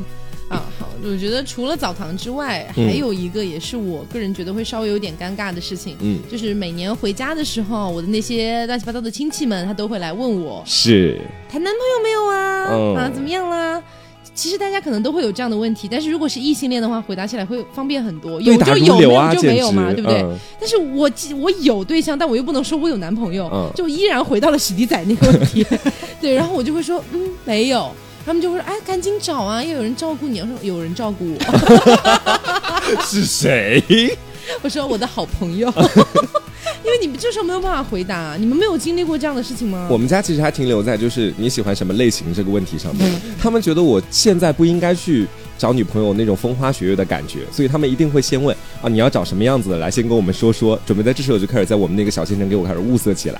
啊，好，我觉得除了澡堂之外，嗯还有一个也是我个人觉得会稍微有点尴尬的事情，嗯就是每年回家的时候，我的那些乱七八糟的亲戚们，他都会来问我是，谈男朋友没有啊，嗯啊怎么样啦？其实大家可能都会有这样的问题，但是如果是异性恋的话，回答起来会方便很多，有对答就如有，没流有啊，就简没有直，嘛，对不对？嗯但是我既我有对象，但我又不能说我有男朋友，嗯就依然回到了史迪仔那个问 题。对，然后我就会说，嗯，没有。他们就会说，哎，赶紧找啊，要有人照顾你。我说有人照顾我， 嗯 是谁？我说我的好朋友， 因为你们这时候没有办法回答，你们没有经历过这样的事情吗？我们家其实还停留在就是你喜欢什么类型这个问题上面，嗯他们觉得我现在不应该去找女朋友那种风花雪月的感觉，所以他们一定会先问啊你要找什么样子的来，先跟我们说说。准备在这时候就开始在我们那个小县城给我开始物色 起来，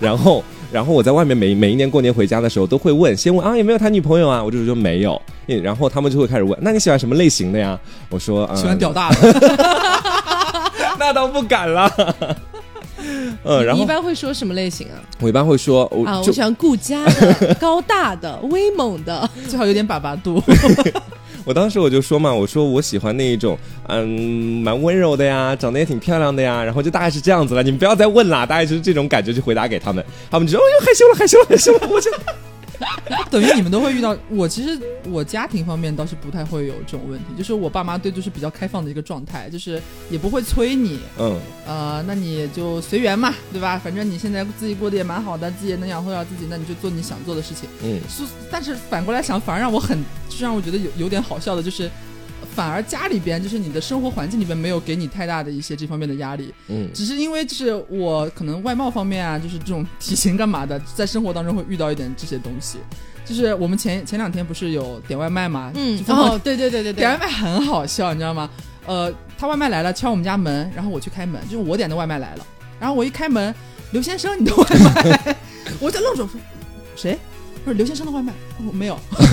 然后然后我在外面每每一年过年回家的时候都会问，先问啊有没有谈女朋友啊，我就说没有，嗯然后他们就会开始问那你喜欢什么类型的呀？我说啊、喜欢屌大的，那倒不 敢了，嗯，然你一后般会说什么类型啊？我一般会说我啊，就 嗯我喜欢顾家的、高大的、威猛的，最好有点粑粑肚。我当时我就说嘛，我说我喜欢那一种，嗯，蛮温柔的呀，长得也挺漂亮的呀，然后就大概是这样子了。你们不要再问啦，大概是这种感觉去回答给他们，他们就说，哦哟，害羞了，害羞了，害羞了，我就等于你们都会遇到。我其实我家庭方面倒是不太会有这种问题，就是我爸妈对就是比较开放的一个状态，就是也不会催你，嗯，呃，那你就随缘嘛，对吧？反正你现在自己过得也蛮好的，自己也能养活到自己，那你就做你想做的事情。嗯，是，但是反过来想，反而让我很，就让我觉得有有点好笑的，就是。反而家里边就是你的生活环境里边没有给你太大的一些这方面的压力，嗯只是因为就是我可能外貌方面啊，就是这种体型干嘛的，在生活当中会遇到一点这些东西。就是我们前前两天不是有点外卖嘛，嗯就，疯狂哦，对对对对点外对，卖很好笑，你知道吗？呃，他外卖来了，敲我们家门，然后我去开门，就是我点的外卖来了，然后我一开门，刘先生，你的外卖， 我就愣住，说谁？他说刘先生的外卖，我、没有，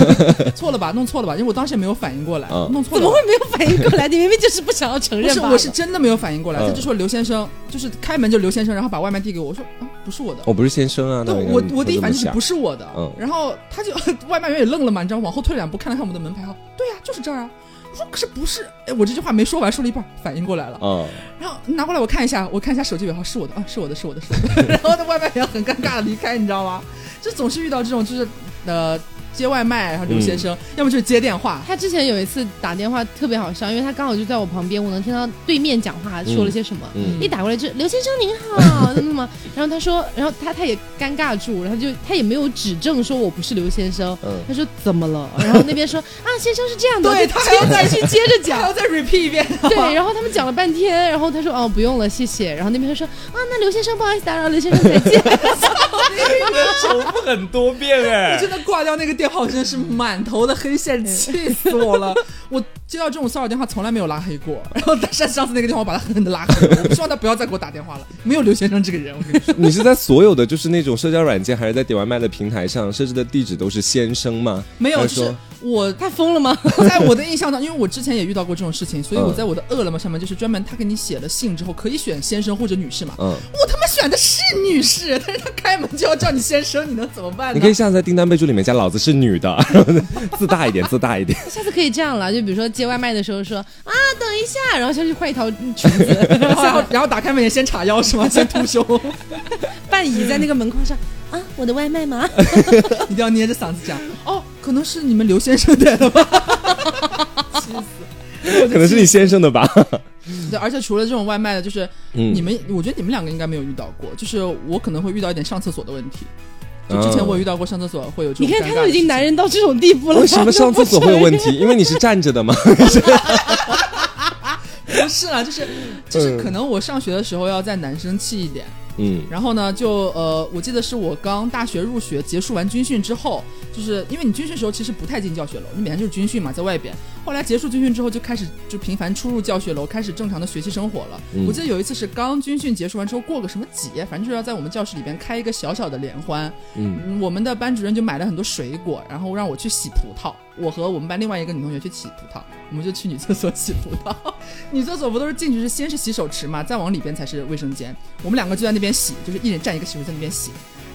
错了吧？弄错了吧？因为我当时也没有反应过来，嗯弄错怎了吧。么会没有反应过来？你明明就是不想要承不认是，吧？我是真的没有反应过来，嗯他就说刘先生，就是开门就刘先生，然后把外卖递给我，我说啊，不是我的。我不是先生啊，那对，我应该我第一这么反应就是想不是我的，嗯然后他就 外卖员也愣了嘛，你知道，往后退两步看了看我们的门牌号，对呀、就是这儿啊。我说可是不是，哎，我这句话没说完，说了一半，反应过来了， 嗯，然后拿过来我看一下，我看一下手机尾号是我的啊，是我的，是我的，是我的。 然后那外卖员很尴尬的离开，你知道吗？就总是遇到这种就是呃接外卖，然后刘先生，嗯要么就是接电话， 他之前有一次打电话特别好笑，因为他刚好就在我旁边，我能听到对面讲话说了些什么。嗯一打过来就刘先生您好， 那么，然后他说，然后他他也尴尬住，然后就他也没有指证说我不是刘先生，嗯他说怎么了？然后那边说啊先生是这样的，对就他还要再接接着还讲要，再 repeat 一遍，对，然后他们讲了半天，然后他说哦不用了谢谢，然后那边他说啊那刘先生不好意思打扰，刘先生再见， 重复很多遍哎 我真的挂掉那个电话，我真的是满头的黑线，气死我 了！我接到这种骚扰电话从来没有拉黑过，然后但是上次那个电话我把他狠狠的拉黑了，我希望他不要再给我打 电话了。没有刘先生这个人，我跟你说，你是在所有的就是那种社交软件，还是在点外卖的平台上设置的地址都是先生吗？没有，还就是说是我他疯了吗？在我的印象当中，因为我之前也遇到过这种事情，嗯所以我在我的饿了么上面就是专门他给你写了姓之后可以选先生或者女士嘛。嗯，我他妈选的是女士，但是他开门就要叫你先生，你能怎么办呢？你可以下次在订单备注里面加“老子是女的”， 自大一点，自大一点。下次可以这样了，就比如说接外卖的时候说啊等一下，然后下去换一条嗯裙子， 然然后后然后打开门也先叉腰 是吗？先tú胸，半倚在那个门框上啊，我的外卖 吗？一定要捏着嗓子讲哦，可能是你们刘先生点 的吧。可能是你先生的吧？对，而且除了这种外卖的，就是嗯你们，我觉得你们两个应该没有遇到过，就是我可能会遇到一点上厕所的问题。就之前哦我遇到过上厕所会有这种你尴尬看的事情，他都已经男人到这种地步了， 为什么上厕所会有问他都不承题？因为你是站着的嘛。 不是啦，就是就是可能我上学的时候要再男生气一点，嗯然后呢，就呃，我记得是我刚大学入学，结束完军训之后，就是因为你军训时候其实不太进教学楼，你每天就是军训嘛，在外边。后来结束军训之后，就开始就频繁出入教学楼，开始正常的学习生活了。嗯我记得有一次是刚军训结束完之后，过个什么节，反正就是要在我们教室里边开一个小小的联欢。嗯嗯我们的班主任就买了很多水果，然后让我去洗葡萄。我和我们班另外一个女同学去洗葡萄，我们就去女厕所洗葡萄。女厕所不都是进去是先是洗手池嘛，再往里边才是卫生间。我们两个就在那边洗，就是一人占一个洗手在那边洗。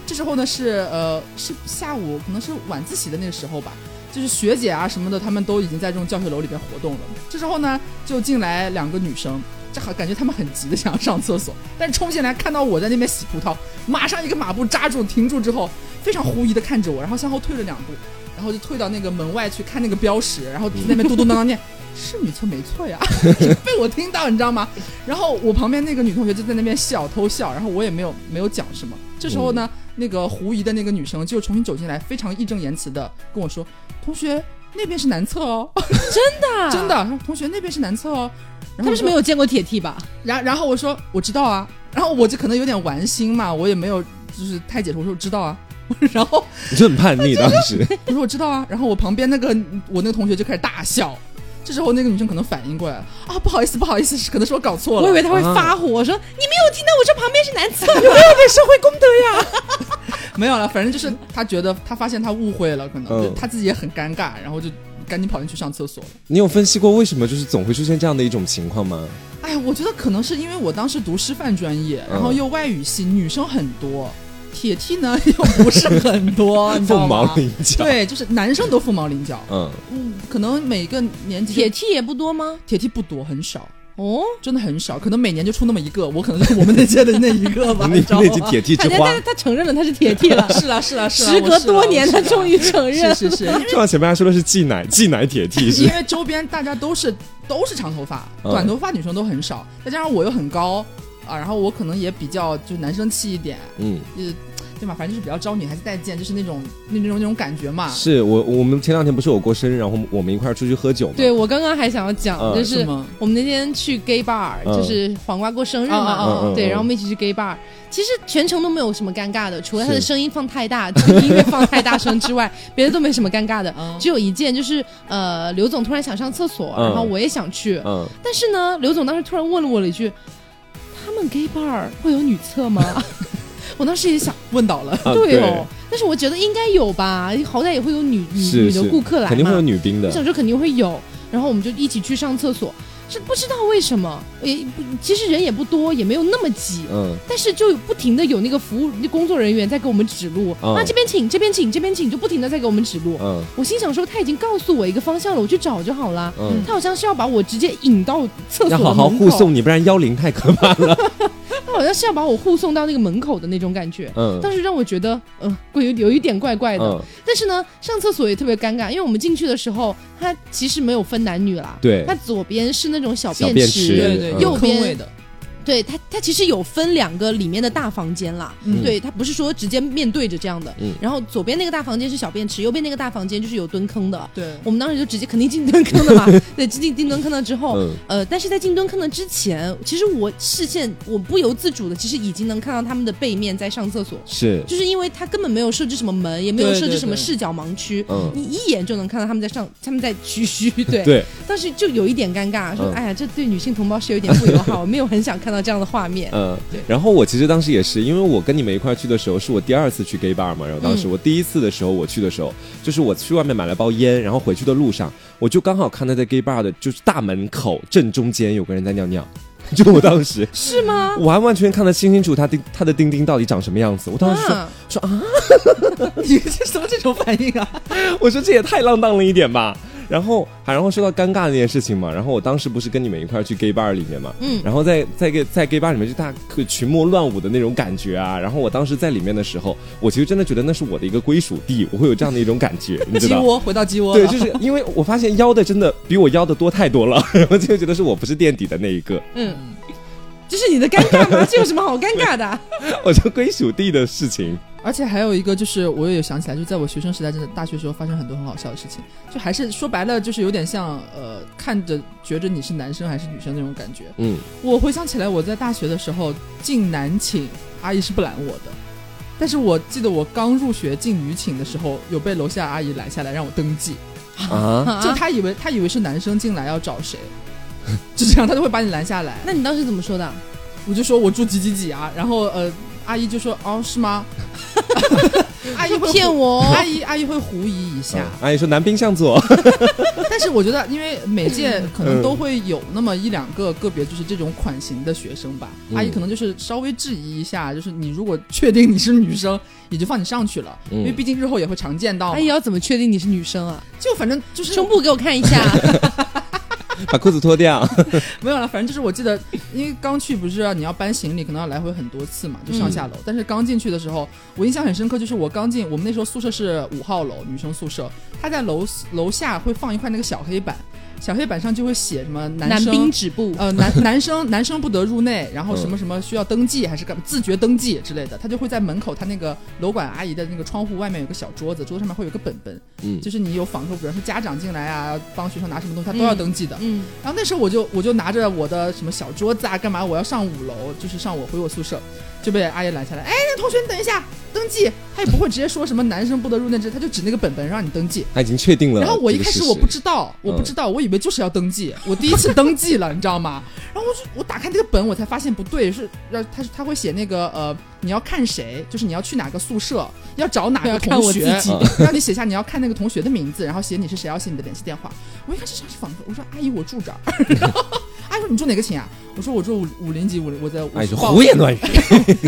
这时候呢是呃是下午可能是晚自习的那个时候吧，就是学姐啊什么的，她们都已经在这种教学楼里边活动了。这时候呢就进来两个女生，这好感觉她们很急的想要上厕所，但冲进来看到我在那边洗葡萄，马上一个马步扎住停住之后，非常狐疑的看着我，然后向后退了两步，然后就退到那个门外去看那个标识，然后在那边嘟嘟囔囔念。是女厕没错呀，被我听到，你知道吗？然后我旁边那个女同学就在那边笑，偷笑，然后我也没有没有讲什么。这时候呢，那个狐疑的那个女生就重新走进来，非常义正言辞的跟我说：“同学，那边是男厕哦，认真，的，同学那边是男厕哦。”然他后我们是说没有见过铁 T 吧？然然后我说我知道啊，然后我就可能有点玩心嘛，我也没有就是太解释，我说我知道啊， 然后你就很叛逆，当时。我说我知道啊，然后我旁边那个我那个同学就开始大笑，这时候那个女生可能反应过来了啊，不好意思不好意思，是可能是我搞错我了，以为他会啊发火，我说你没有听到我说旁边是男厕，没有了，反正就是他觉得他发现他误会了，可能、嗯就他自己也很尴尬，然后就赶紧跑进去上厕所了。你有分析过为什么就是总会出现这样的一种情况吗？嗯哎，我觉得可能是因为我当时读师范专业，然后又外语系，女生很多，铁剃呢 又不是很多，你知道凤吗毛？麟角。对，就是男生都凤毛麟角，嗯，嗯，可能每个年级铁剃也不多吗？铁剃不多，很少，哦，真的很少，可能每年就出那么一个，我可能是我们那届的那一 个吧，那你知道那集吗？，铁剃他之他花，他承认了他是铁剃了是啦是啦是啦，时我隔是啦多年，我是他啦终于承认。是是是，就像前面还说的是继奶，继奶铁剃 因啊是。为周边大家都是都是长头发，嗯短头发女生都很少，再加上我又很高啊，然后我可能也比较就男生气一点，嗯，对嘛，反正就是比较招女孩子待见，就是那种那那种那种感觉嘛。是我我们前两天不是我过生日，然后我们一块儿出去喝酒嘛。对，我刚刚还想要讲，嗯就是是吗？我们那天去 gay bar，嗯就是黄瓜过生日啊啊嘛，啊嗯，嗯对，然后我嗯们一起去 gay bar。其实全程都没有什么尴尬的，除了他的是声音放太大， 这个音乐放太大声之外，别的都没什么尴尬的。啊只有一件嗯就是，呃，刘总突然想上厕所，嗯然后我也想去，嗯，但是呢，刘总当时突然问了我了一句：“他们 gay bar 会有女厕吗？” 我当时也想，问倒了，啊对哦，但是我觉得应该有吧，好歹也会有女女是女的是顾客来嘛，肯定会有女兵我的。想说肯定会有，然后我们就一起去上厕所，是不知道为什么，也不其实人也不多，也没有那么挤，哦嗯，但是就不停的有那个服务工作人员在给我们指路，嗯啊这边请，这边请，这边请，就不停的在给我们指路。嗯我心想说他已经告诉我一个方向了，我去找就好了。嗯，他好像是要把我直接引到嗯厕所的门要口，好好护送你，不然幺零太可怕了。他好像是要把我护送到那个门口的那种感觉。嗯当时让我觉得，嗯、怪有有一点怪怪的。嗯，但是呢，上厕所也特别尴尬，因为我们进去的时候，它其实没有分男女啦。对它左边是那种小小便便池池，对对，嗯有右边坑位的，对它它其实有分两个里面的大房间啦。嗯对，它不是说直接面对着这样的。嗯然后左边那个大房间是小便池，右边那个大房间就是有蹲坑的。 对，我们当时就直接肯定进蹲坑的 嘛，对，进进蹲坑的之后，嗯呃，但是在进蹲坑的之前，其实我视线我不由自主的，其实已经能看到他们的背面在上厕所，是就是因为他根本没有设置什么门，也没有对设置对什么对视角盲区，嗯你一眼就能看到他们在上，他们在嘘嘘， 对，对但是就有一点尴尬，说、嗯哎呀，这对女性同胞是有点不友好，我没有很想看到这样的画 面。嗯对，然后我其实当时也是，因为我跟你们一块儿去的时候，是我第二次去 gay bar 嘛。然后当时嗯我第一次的时候，我去的时候，就是我去外面买了包烟，然后回去的路上，我就刚好看到在 gay bar 的就是大门口正中间有个人在尿 尿，就我当时是吗？完完全全看得清清楚他丁他的丁丁到底长什么样子。我当时说，啊，你这什么这种反应啊？ 我说这也太浪荡了一点吧。然后，还然后说到尴尬那件事情嘛，然后我当时不是跟你们一块儿去 gay bar 里面嘛，嗯然后在在 gay 在 gay bar 里面就大家可群魔乱舞的那种感觉啊。然后我当时在里面的时候，我其实真的觉得那是我的一个归属地，我会有这样的一种感 觉，你知鸡道。窝回到鸡窝对，了，就是因为我发现腰的真的比我腰的多太多了， 然后就觉得是我不是垫底的那一个， 嗯，这是你的尴尬吗？这有什么好尴尬 的？我就归属地的事情。而且还有一个就是，我也有想起来，就在我学生时代，真的大学时候发生很多很好笑的事情，就还是说白了，就是有点像呃，看着觉着你是男生还是女生那种感觉。嗯，我回想起来，我在大学的时候进男寝，阿姨是不拦我的，但是我记得我刚入学进女寝的时候，有被楼下阿姨拦下来让我登记，啊，就啊，她以为她以为是男生进来要找谁，就这样她就会把你拦下来。那你当时怎么说的？我就说我住几几几啊，然后呃，阿姨就说哦是吗？ 阿姨会骗我 哦阿姨阿姨会狐疑一下嗯，阿姨说南滨向左， 但是我觉得，因为每嗯届可能都会有那么一两个个别就是这种款型的学生吧，嗯阿姨可能就是稍微质疑一下，就是你如果确定你是女生，也就放你上去了，嗯因为毕竟日后也会常见到嘛。阿哎姨要怎么确定你是女生 啊？就反正就是胸部给我看一下。把裤子脱掉。没有了，反正就是我记得，因为刚去不是啊要你要搬行李，可能要来回很多次嘛，就上下嗯楼。但是刚进去的时候，我印象很深刻，就是我刚进，我们那时候宿舍是五号楼，女生宿舍，她在楼楼下会放一块那个小黑板，小黑板上就会写什么 男男哦生。兵止步，呃， 男男生男生不得入内，然后什么什么需要登记还是干嘛自觉登记之类的，他就会在门口，他那个楼管阿姨的那个窗户外面有个小桌子，桌子上面会有个本本，嗯就是你有访说，比如说家长进来啊，帮学生拿什么东西，他都要登记的。嗯，然后那时候我就我就拿着我的什么小桌子啊，干嘛？我要上五楼，就是上我回我宿舍，就被阿姨拦下来。哎，那同学你等一下，登记。他也不会直接说什么男生不得入内之类，他就指那个本本让你登记。他已经确定了。然后我一嗯这个开始事我实嗯不知道，我不知道，我以为就是要登记，我第一次登记了， 你知道吗？然后我就我打开那个本，我才发现不对，是让他他会写那个呃，你要看谁，就是你要去哪个宿舍，要找哪要个看同我学，自己让你写下你要看那个同学的名字，然后写你是 谁，要写你的联系电话。我一开始上去访问，我说阿姨我住这儿，然后阿姨说你住哪个寝啊？我说我住五五零级五零，我在我哎，就报胡言乱语，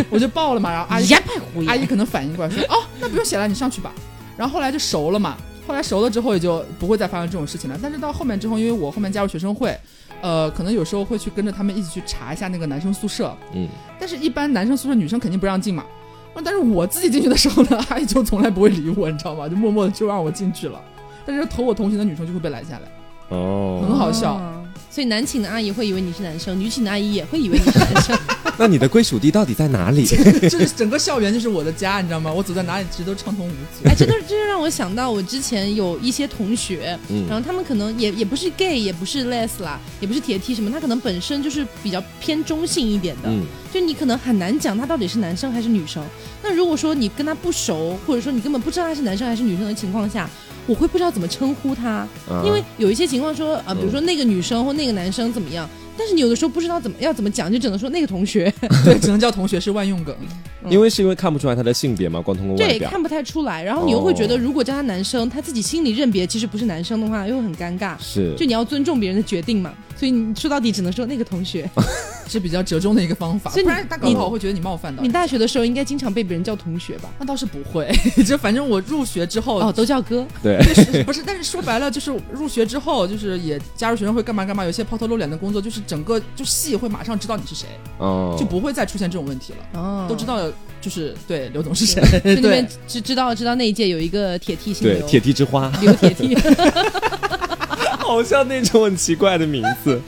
我就报了嘛，然后阿姨一派胡阿姨言，可能反应过来说：“哦，那不用写了，你上去吧。”然后后来就熟了嘛，后来熟了之后也就不会再发生这种事情了。但是到后面之后，因为我后面加入学生会，呃，可能有时候会去跟着他们一起去查一下那个男生宿舍，嗯，但是一般男生宿舍女生肯定不让进嘛。啊但是我自己进去的时候呢，阿姨就从来不会理我，你知道吗？就默默的就让我进去了。但是同我同行的女生就会被拦下来。 哦很，好笑哦。所以男寝的阿姨会以为你是男生，女寝的阿姨也会以为你是男生。那你的归属地到底在哪里？就是整个校园就是我的家，你知道吗？我走在哪里其实都畅通无阻。 哎，这都这就让我想到我之前有一些同学，嗯然后他们可能也也不是 gay，也不是 les 啦，也不是铁 T 什么，他可能本身就是比较偏中性一点的，嗯，就你可能很难讲他到底是男生还是女生。那如果说你跟他不熟，或者说你根本不知道他是男生还是女生的情况下，我会不知道怎么称呼他，啊嗯因为有一些情况说啊、呃比如说那个女生或那个男生怎么样，但是你有的时候不知道怎么要怎么讲，就只能说那个同学，对，只能叫同学是万用梗。因为是因为看不出来他的性别嘛，光通过外对，表。看不太出来。然后你又会觉得，哦如果叫他男生，他自己心里认别其实不是男生的话，又会很尴尬。是就，你要尊重别人的决定嘛，所以你说到底只能说那个同 学。是比较折中的一个方法，所以你不然大搞不好会觉得你冒犯到你。大学的时候应该经常被别人叫同学吧？那倒是不会， 就反正我入学之后，哦，都叫哥。对，就是不是，但是说白了就是入学之后，就是也加入学生会干嘛干嘛，有些抛头露脸的工作，就是整个就系会马上知道你是谁，哦，就不会再出现这种问题了，哦，都知。道就是对刘总是谁，就那边对，知知道知道那一届有一个铁 T 姓哎对刘，铁蹄之花， 刘铁 T。好像那种很奇怪的名字。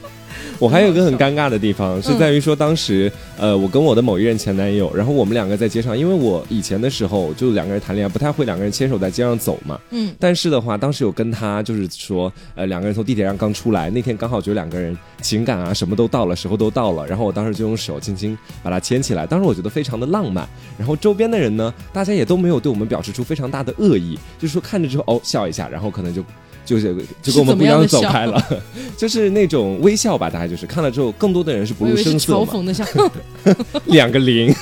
我还有一个很尴尬的地方是在于说，当时呃，我跟我的某一任前男友，然后我们两个在街上，因为我以前的时候就两个人谈恋爱，不太会两个人牵手在街上走嘛。嗯。但是的话，当时有跟他就是说，呃，两个人从地铁上刚出来，那天刚好就两个人情感啊什么都到了，时候都到了，然后我当时就用手轻轻把他牵起来，当时我觉得非常的浪漫。然后周边的人呢，大家也都没有对我们表示出非常大的恶意，就是说看着之后哦笑一下，然后可能就就是就跟我们不一样地走开了，就是那种微笑吧，大概就是看了之后，更多的人是不我以露为是声色嘲嘛，讽的，像 两个零。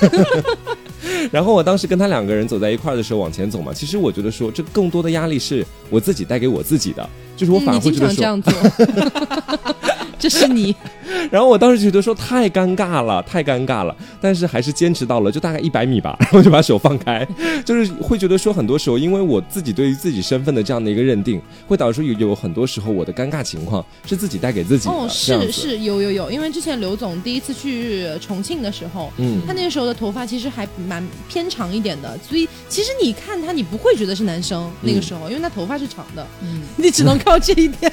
然后我当时跟他两个人走在一块儿的时候往前走嘛，其实我觉得说这更多的压力是我自己带给我自己的，就是我嗯反而你会经觉得常这说，样做， 这是你。然后我当时觉得说太尴尬了，太尴尬了，但是还是坚持到了，就大概一百米吧，然 后就把手放开，就是会觉得说很多时候，因为我自己对于自己身份的这样的一个认定，会导致有有很多时候我的尴尬情况是自己带给自己的，哦，这样是子，是有有有，因为之前刘总第一次去重庆的时候，嗯，他那个时候的头发其实还蛮偏长一点的，所以其实你看他，你不会觉得是男生。那嗯个时候，因为他头发是长 的，嗯，你只能靠这一点。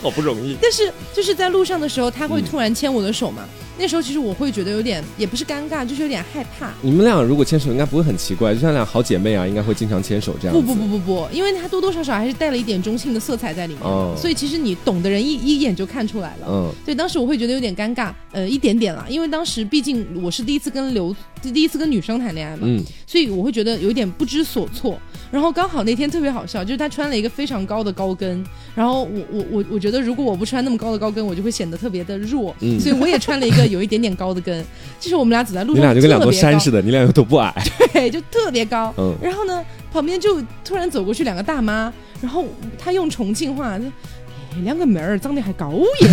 好不容易，啊但是就是在路上的时候，他会嗯突然牵我的手嘛，那时候其实我会觉得有点，也不是尴尬，就是有点害怕。你们俩如果牵手应该不会很奇怪，就像俩好姐妹啊，应该会经常牵手这样不子。不不不不，因为他多多少少还是带了一点中性的色彩在里面的，哦所以其实你懂的人一一眼就看出来了。嗯，对，当时我会觉得有点尴尬，呃，一点点啦，因为当时毕竟我是第一次跟刘，第一次跟女生谈恋爱嘛，嗯所以我会觉得有点不知所措。然后刚好那天特别好笑，就是他穿了一个非常高的高跟，然后我我我我觉得如果我不穿那么高的高跟，我就会显得特别的弱，嗯所以我也穿了一个有一点点高的跟。就是我们俩走在路你上，俩就跟两座山似的，的，你俩又都不矮。对，就特别高。嗯， 然后呢，旁边就突然走过去两个大妈，然后她用重庆话就。哎两个门儿长得还高耶，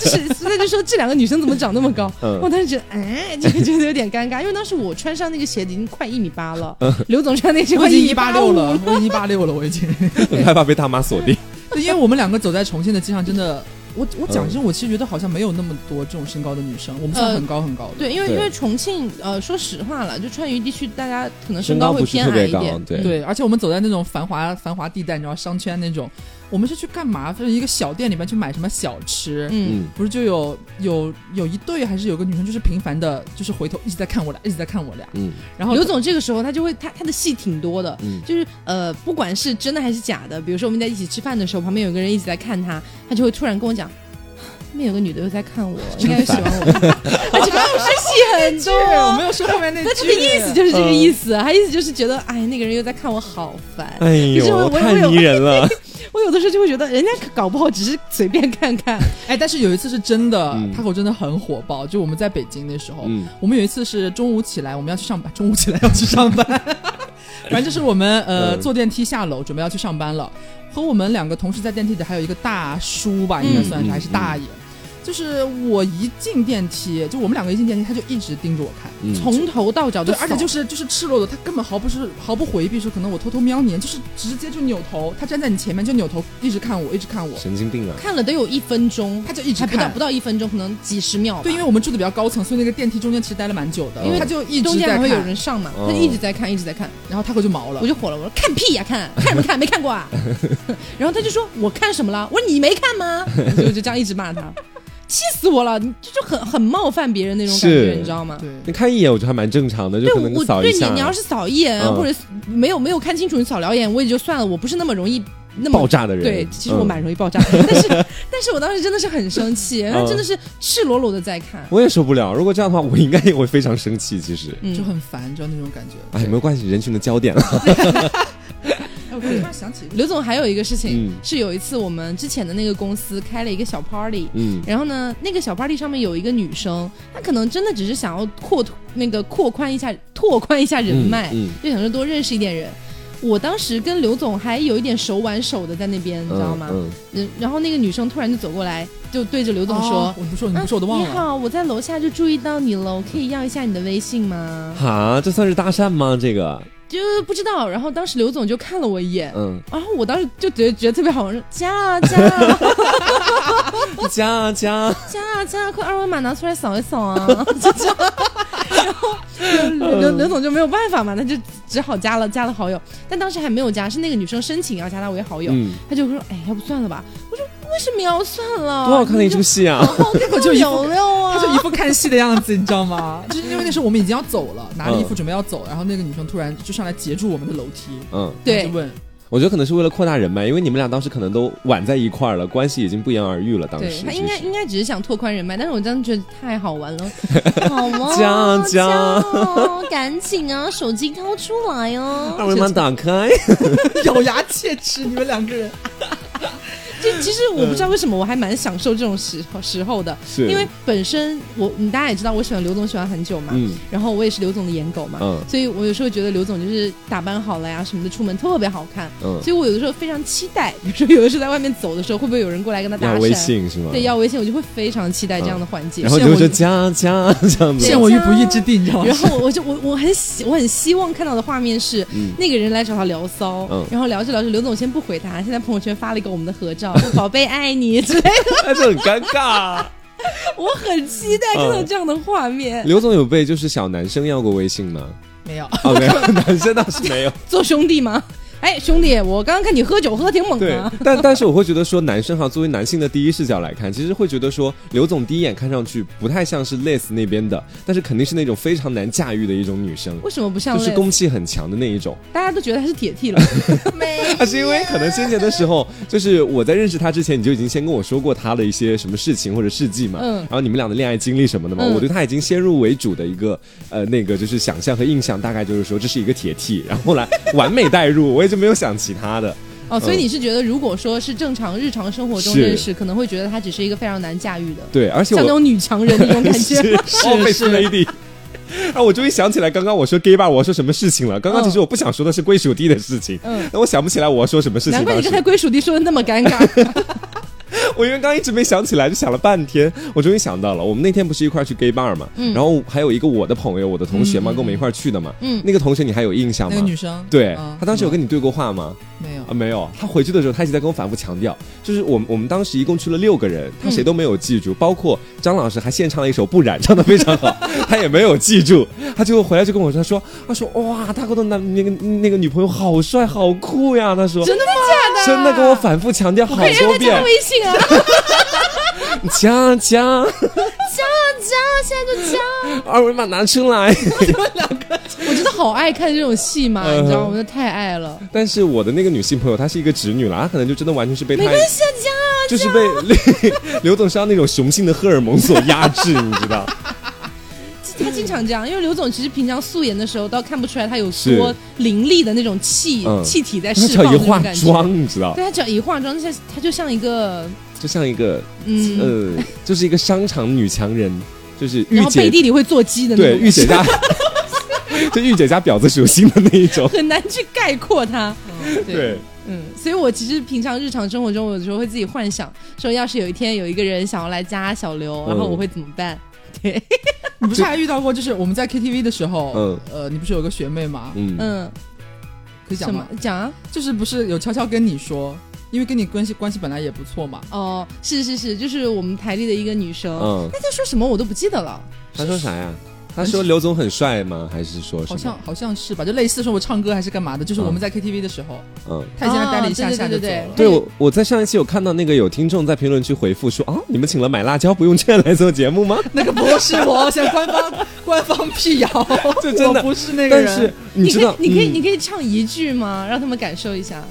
就是所以就说这两个女生怎么长那么高？嗯 我当时觉得，哎，就觉得有点尴尬，因为当时我穿上那个鞋已经快一米八 了，刘总穿那鞋我快已经一米八八六五了，，我已经一八六了，我已经。 很害怕被大妈 锁定。对，因为我们两个走在重庆的街上，真的，我我讲嗯真，我其实觉得好像没有那么多这种身高的女生，我们算很高很高的。呃对，因为对因为重庆，呃，说实话了，就川渝地区大家可能身高会不是偏特矮别一高点，，对，对，而且我们走在那种繁华繁华地带，你知道商圈那种，我们是去干嘛？就是一个小店里面去买什么小吃。嗯，嗯，不是就有有有一对还是有个女生，就是频繁的，就是回头一直在看我俩，一直在看我俩。嗯然后刘总这个时候他就会他他的戏挺多的，嗯就是呃，不管是真的还是假的，比如说我们在一起吃饭的时候，旁边有个人一直在看他，他就会突然跟我讲。 那边有个女的又在看我，应该是喜欢我 吧，而且我是戏很对，我多。没有说后面那 句，那这个意思就是这嗯个意思，他意思就是觉得，哎，那个人又在看我，好烦。哎可是呦，我我太我有迷人 了。我有的时候就会觉得，人家搞不好只是随便看看，哎，但是有一次是真的嗯，他给我真的很火爆。就我们在北京那时候，嗯我们有一次是中午起来，我们要去上班，中午起来要去上 班，反正就是我们呃嗯坐电梯下楼，准备要去上班了。和我们两个同时在电梯里还有一个大叔吧，应该算是、嗯还是大爷。就是我一进电梯，就我们两个一进电梯，他就一直盯着我看。嗯从头到脚啊对的，，而且就是就是赤裸裸，他根本毫不是毫不回避说可能我偷偷瞄你，就是直接就扭头，他站在你前面就扭头，一直看我，一直看我，神经病啊！看了得有一分钟，他就一直还不到看不。到一分钟，可能几十秒吧。对，因为我们住的比较高层，所以那个电梯中间其实待了蛮久的，因为他就一中直间在还会有看，嗯人上嘛，哦他就一直在看，一直在看，然后他可就毛了我。就火了，我说看屁呀、看看什么看，没看过 啊。然后他就说我看什么了？我说你没看吗？ 所以我就这样一直骂他，气死我了！你这就很很冒犯别人那种感觉是，你知道吗？对，你看一眼我觉得还蛮正常的，就对可能我扫对一你下，，你要是扫一眼、嗯或者没有没有看清楚，你扫两眼我也就算了，我不是那么容易那么爆炸的人。对，其实我嗯蛮容易爆炸， 但 是但是我当时真的是很生气，他真的是赤裸裸的在看，我也受不了。如果这样的话，我应该也会非常生气。其实，嗯，就很烦，你知道那种感觉。哎，没关系，人群的焦点了。哎，我突然想起，刘总还有一个事情、嗯是有一次我们之前的那个公司开了一个小 party，嗯然后呢，那个小 party 上面有一个女生，她可能真的只是想要扩拓那个扩宽一下拓宽一下人脉，嗯就想说多认识一点人。我当时跟刘总还有一点手挽手的在那边，嗯，你知道吗？嗯，嗯，然后那个女生突然就走过来，就对着刘刘总说。我不说，你不哦嗯说我都啊忘你了。好，我在楼下就注意到你了，我可以要一下你的微信吗？哈，这算是搭讪吗？这个，就是不知道，然后当时刘总就看了我一眼，嗯，然后我当时就觉得觉得特别好玩，说加啊加啊加啊加啊，加啊加啊，快二维码拿出来扫一扫啊！ 就这样然后刘嗯刘刘总就没有办法嘛，他就只好加了加了好友，但当时还没有加，是那个女生申请要加他为好友，嗯，他就说哎，要不算了吧？我说为什么要算了？多好看的一出你戏啊这！好 看个就一副有六 啊！他就一副看戏的样子，你知道 吗？就是因为那时候我们已经要走了，拿着嗯衣服准备要走，然后那个女生突然就上来截住我们的楼梯，嗯，对就，问 我觉得可能是为了扩大人脉，因为你们俩当时可能都晚在一块儿了，关系已经不言而喻了。当对时他其应该实应该只是想拓宽人脉，但是我真的觉得太好玩 了，好吗？讲讲讲， 赶紧啊，手机掏出来哦。二维码打开，咬牙切齿，你们两个人。就其实我嗯不知道为什么，我还蛮享受这种时候时候的，是因为本身我你大家也知道，我喜欢刘总喜欢很久嘛，嗯然后我也是刘总的颜狗嘛，嗯所以我有时候觉得刘总就是打扮好了呀什么的，出门特别好看，嗯，所以我有的时候非常期待，比如说有的时候在外面走的时候，会不会有人过来跟他搭要讪？微信是吗？对，要微信，我就会非常期待这样的环节。然后虽你就我说加加 这样子，陷我于不义之地，你知道 吗然？后我就我我很希我很希望看到的画面是、嗯那个人来找他聊骚，嗯然后聊着聊着，刘总先不回他，现在朋友圈发了一个我们的合照，说宝贝爱你之类的，那哎就很尴 尬。我很期待看到嗯这样的画面。刘总有被就是小男生要过微信吗？没有，哦，没有， 男生倒是没有。做兄弟吗？哎，兄弟，我刚刚看你喝酒喝得挺猛对啊。，但但是我会觉得说，男生哈，作为男性的第一视角来看，其实会觉得说，刘总第一眼看上去不太像是 Les 那边的，但是肯定是那种非常难驾驭的一种女生，为什么不像就类是攻气很强的那一种。大家都觉得他是铁 T 了，那是因为可能先前的时候，就是我在认识他之前，你就已经先跟我说过他的一些什么事情或者事迹嘛，嗯然后你们俩的恋爱经历什么的嘛，嗯我对他已经先入为主的一个呃那个就是想象和印象，大概就是说这是一个铁 T，然后后来完美带入，我也就没有想其他的。哦，所以嗯你是觉得如果说是正常日常生活中是认识，可能会觉得他只是一个非常难驾驭的，对，而且像那我种女强人那 种感觉。哦，被是 lady。啊！ 我终于想起来，刚刚我说 gay 吧，我说什么事情了？刚刚其实我不想说的是归属地的事情，嗯那我想不起来我要说什么事情。难怪你当时刚才归属地说的那么尴 尬。我因为刚刚一直没想起来，就想了半天，我终于想到了。我们那天不是一块儿去 gay bar 嘛，然后还有一个我的朋友，我的同学嘛，跟我们一块儿去的嘛。嗯哦那个同学你还有印象 那个吗女？生对嗯，他当时有跟你对过话吗？没有啊，？没有。他回去的时候，他一直在跟我反复强调，就是我们我们当时一共去了六个人，嗯他谁都没有记住，包括张老师还现唱了一首《不染》， 唱的非常好，他也没有记住。他最后回来就跟我说，他说他说哇，大哥的男那个那个女朋友好帅好酷呀，他说真的吗？啊假的真的跟我反复强调好快让他加 多遍，微信啊！ 哎强强。加加，现在就加！二维码拿出来。 我真的好爱看这种戏嘛，嗯你知道吗？我真的太爱了。但是我的那个女性朋友，她是一个直女啦，她可能就真的完全是被她没关系啊，加啊！就是被 刘刘总上那种雄性的荷尔蒙所压制，你知道？他经常这样，因为刘总其实平常素颜的时候倒看不出来他有是多凌厉的那种气、嗯气体在她哎释只要放的一那化种感觉。妆，你知道？对他只要一化妆，他他就像一个就像一个嗯，呃，就是一个商场女强人，就是然御后背姐地里会做鸡的那对种，御姐家， 就御姐家婊子属性的那一种。很难去概括他。嗯，对，嗯，所以我其实平常日常生活中，有的时候会自己幻想，说要是有一天有一个人想要来加小嗯刘，然后我会怎么办？对，你不是还遇到过，就是我们在 KTV 的时候，嗯呃，你不是有个学妹吗？嗯嗯，可以讲什么吗？讲啊？就是不是有悄悄跟你说，因为跟你关系关系本来也不错嘛，哦，是是是，就是我们台里的一个女生，嗯，她在说什么我都不记得了。他说啥呀？他嗯说刘总很帅吗？还是说什好么像好像是吧，就类似说我唱歌还是干嘛的，就是我们在 KTV 的时候，嗯。她现在待了一哦下对下对就走对对了。对我，我在上一期有看到那个有听众在评论区回复说啊，你们请了买辣椒不用这样来做节目 吗？那个不是我，现在官方 官方辟谣，这真的我不是那个但人。是你知道，可以，你可以，嗯你可以唱一句吗？让他们感受一下。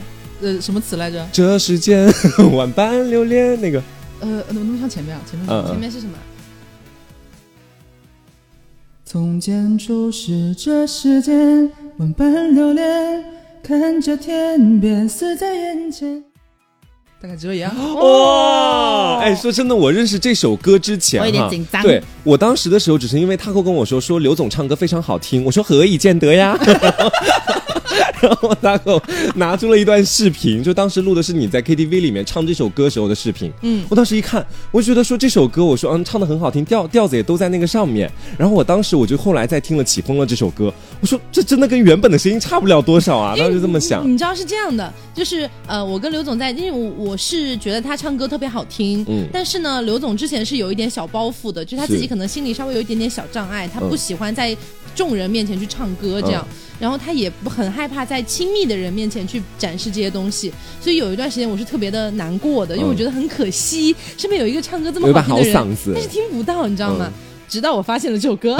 呃，什么词来着？这世间 万般留恋那个，呃，怎么那么像前面啊？前面是什么嗯前面是什么？从前就是这世间万般留恋，看着天边死在眼前。哦大概只有一样。哇！哎，说真的，我认识这首歌之哦前，我有点哈紧张对我当时的时候，只是因为 Taco 跟我说说刘总唱歌非常好听，我说何以见得呀？ 然后 Taco 拿出了一段视频，就当时录的是你在 KTV 里面唱这首歌时候的视频。嗯，我当时一看，我就觉得说这首歌，我说嗯唱的很好听，调调子也都在那个上面。然后我当时我就后来再听了《起风了》这首歌，我说这真的跟原本的声音差不了多少啊！当时这么想你。你知道是这样的，就是呃，我跟刘总在，因为我我是觉得他唱歌特别好听，嗯但是呢，刘总之前是有一点小包袱的，就是他是自己可能心里稍微有一点点小障碍，他嗯不喜欢在众人面前去唱歌这样，然后他也不很害怕在亲密的人面前去展示这些东西，所以有一段时间我是特别的难过的，因为我嗯觉得很可惜，身边有一个唱歌这有么一把好好听的人，嗓子嗯但，是听不到，你知道吗？直到我发现了这首 歌，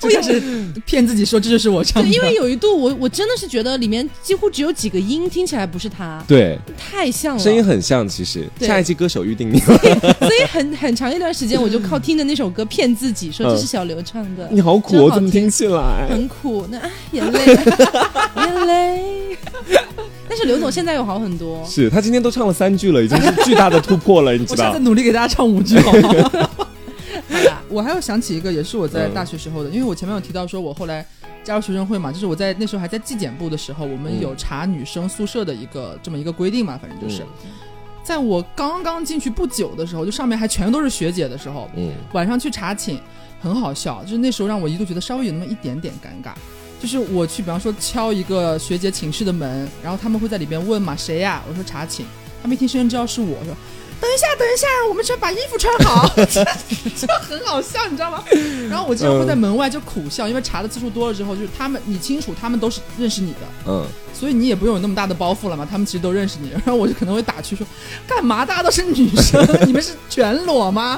就开始骗自己说这就是我唱的，因 为有一度我我真的是觉得里面几乎只有几个音听起来不是他，对，太像了，声音很像。其实嗯对下一期歌手预定你。所以很很长一段时间，我就靠听着那首歌骗自己，说嗯这是小刘唱的，你好苦，真好我怎么听起来？很苦，那啊眼泪，眼泪。但是刘总现在有好很 多， 是他今天都唱了三句了，已经是巨大的突破了，你知我下道次？努力给大家唱五句好吗？好吧？我还要想起一个，也是我在大学时候的，因为我前面有提到说，我后来加入学生会嘛，就是我在那时候还在纪检部的时候，我们嗯有查女生宿舍的一个这么一个规定嘛，反正就是嗯，在我刚刚进去不久的时候，就上面还全都是学姐的时候，嗯，晚上去查寝，很好笑，就是那时候让我一度觉得稍微有那么一点点尴尬。就是我去，比方说敲一个学姐寝室的门，然后他们会在里边问嘛，谁呀、我说查寝，他们一听声音知道是我，说等一下，等一下，我们穿把衣服穿好，这这很好笑，你知道吗？然后我经常会在门外就苦笑，因为查的次数多了之后，就是他们你清楚，他们都是认识你的，嗯，所以你也不用有那么大的包袱了嘛，他们其实都认识你。然后我就可能会打趣说，干嘛大家都是女生，你们是全裸吗？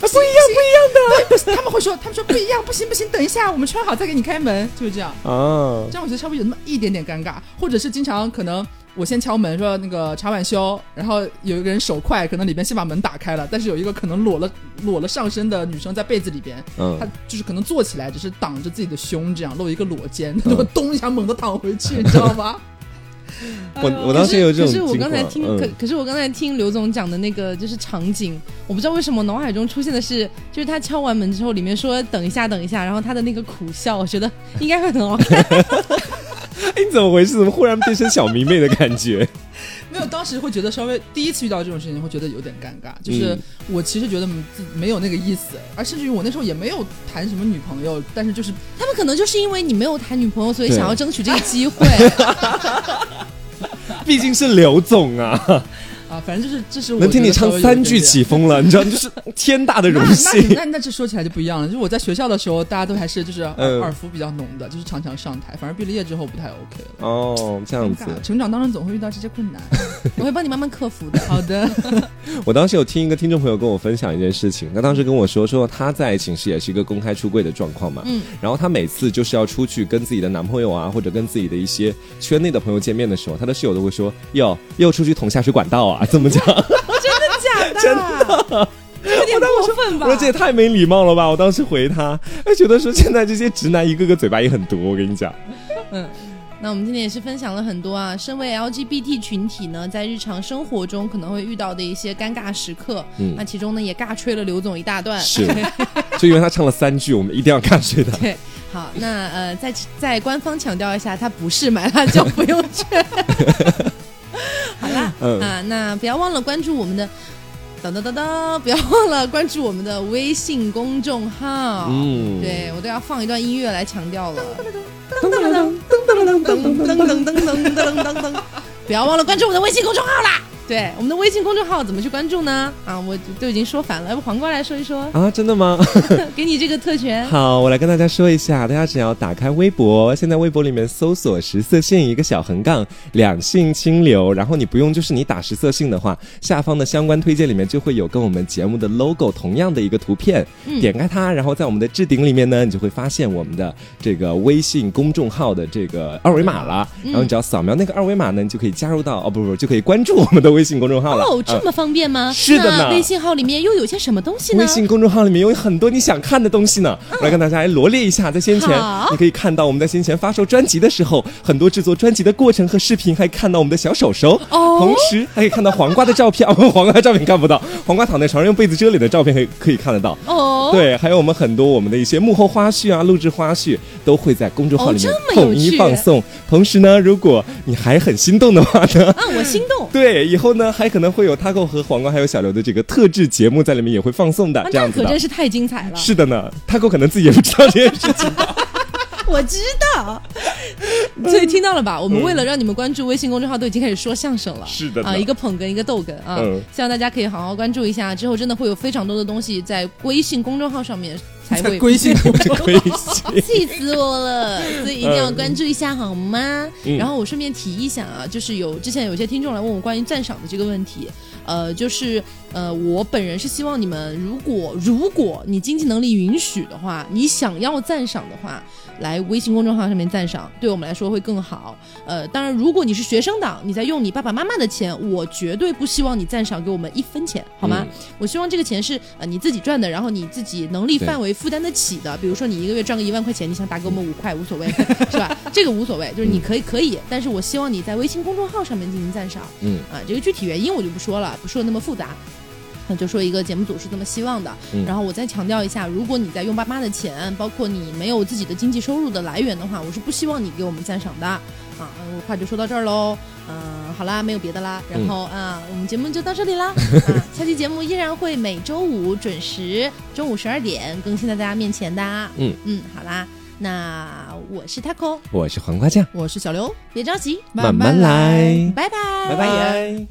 不一样，不一样的。他们会说，他们说不一样，不行不行，等一下，我们穿好再给你开门，就是这样。啊，这样我觉得稍微有那么一点点尴尬，或者是经常可能我先敲门说那个查晚修，然后有一个人手快，可能里边先把门打开了，但是有一个可能裸了裸了上身的女生在被子里边，她嗯，就是可能坐起来只是挡着自己的胸，这样露一个裸肩，她就会咚一下猛地躺回去，你知道吗？我我当时也有可这种是情我况。刚才听，可嗯可是我刚才听刘总讲的那个就是场景，我不知道为什么脑海中出现的是，就是他敲完门之后，里面说等一下，等一下，然后他的那个苦笑，我觉得应该会很 好看。哎，你怎么回事？怎么忽然变成小迷妹的感 觉？没有，当时会觉得稍微第一次遇到这种事情会觉得有点尴尬，就是嗯我其实觉得自己没有那个意思，而甚至于我那时候也没有谈什么女朋友，但是就是他们可能就是因为你没有谈女朋友，所以对想要争取这个机会。毕竟是刘总啊，啊，反正就是这是 我能听你觉得稍唱微有三一句点点起风了，你知道，就是天大的那荣 那幸。那那这说起来就不一样了。就是我在学校的时候，大家都还是就是嗯耳福比较浓的，就是常常上台。反而毕了业之后不太 OK 了。哦，这样尴子。尬，成长当中总会遇到这些困难。我会帮你慢慢克服 的。好的， 我当时有听一个听众朋友跟我分享一件事情，他当时跟我说说他在寝室也是一个公开出柜的状况嘛，嗯，然后她每次就是要出去跟自己的男朋友啊，或者跟自己的一些圈内的朋友见面的时候，她的室友都会说：“哟，又出去捅下水管道啊？怎 么讲？真的假 的？真的，有点过分我吧？说这也太没礼貌了吧！”我当时回她，哎，觉得说现在这些直男一个个嘴巴也很毒，我跟你 讲，那我们今天也是分享了很多啊，身为 LGBT 群体呢，在日常生活中可能会遇到的一些尴尬时刻。嗯那其中呢，也尬吹了刘总一大段。是，就因为他唱了三句，我们一定要看谁的。 对，好，那呃，再再官方强调一下，它不是买辣椒不用券。 好啦， 嗯啊，那不要忘了关注我们的，当当当当，不要忘了关注我们的微信公众号。嗯，对我都要放一段音乐来强调了，噔噔噔噔噔噔噔噔噔噔噔噔噔噔噔噔噔，不要忘了关注我们的微信公众号啦。对，我们的微信公众号怎么去关注呢？啊，我都已经说反了，要不黄瓜来说一说，啊，真的吗？给你这个特权。好，我来跟大家说一下，大家只要打开微博，现在微博里面搜索“十色性”一个小横杠，两性清流，然后你不用，就是你打“十色性”的话，下方的相关推荐里面就会有跟我们节目的 logo 同样的一个图片，嗯点开它，然后在我们的置顶里面呢，你就会发现我们的这个微信公众号的这个二维码了，嗯然后你只要扫描那个二维码呢，你就可以加入到哦，不不，就可以关注我们的微信公众号了。哦，啊这么方便吗？是的呢那微信号里面又有些什么东西呢嗯微？信公众号里面有很多你想看的东西呢，我来跟大家来罗列一下。在先前好，你可以看到我们在先前发售专辑的时候，很多制作专辑的过程和视频，还看到我们的小手手，哦同时还可以看到黄瓜的照片。啊，不黄瓜的照片看不到，黄瓜躺在床上用被子遮脸的照片可以可以看得到。哦，对，还有我们很多我们的一些幕后花絮啊、录制花絮，都会在公众号哦里这面么有统一趣放送。同时呢，如果你还很心动的话呢，啊，我心动。对，以后呢还可能会有 Taco 和黄瓜还有小刘的这个特制节目在里面也会放送的啊，，这那样子可的真。是太精彩了！是的呢，Taco 可能自己也不知道这件事情。我知道，所以听到了吧？我们为了让你们关注微信公众号，都已经开始说相声了。是的呢啊，一个捧哏，一个逗哏啊嗯，希望大家可以好好关注一下，之后真的会有非常多的东西在微信公众号上面才在会。归信公众 号可以气信死我了！所以一定要关注一下好吗？嗯然后我顺便提一下啊，就是有之前有些听众来问我关于赞赏的这个问题，呃，就是呃，我本人是希望你们如果如果你经济能力允许的话，你想要赞赏的话，来微信公众号上面赞赏，对我们来说会更好。呃，当然，如果你是学生党，你在用你爸爸妈妈的钱，我绝对不希望你赞赏给我们一分钱， 好吗？嗯我希望这个钱是呃你自己赚的，然后你自己能力对范围负担得起的。比如说你一个月赚个一万块钱，你想打给我们五块无所谓，嗯是 吧？这个无所谓，就是你可以可以，但是我希望你在微信公众号上面进行赞赏。嗯啊，这个具体原因我就不说了，不说那么复杂。那就说一个节目组是这么希望的，嗯然后我再强调一下，如果你在用爸妈的钱，包括你没有自己的经济收入的来源的话，我是不希望你给我们赞赏的啊。我话就说到这儿喽，嗯、好啦，没有别的啦，嗯然后啊、我们节目就到这里啦，啊， 下期节目依然会每周五准时中午十二点更新在大家面前的，嗯嗯，好啦，那我是 taco，我是黄瓜酱，我是小刘，别着急，慢慢来拜拜，拜。拜。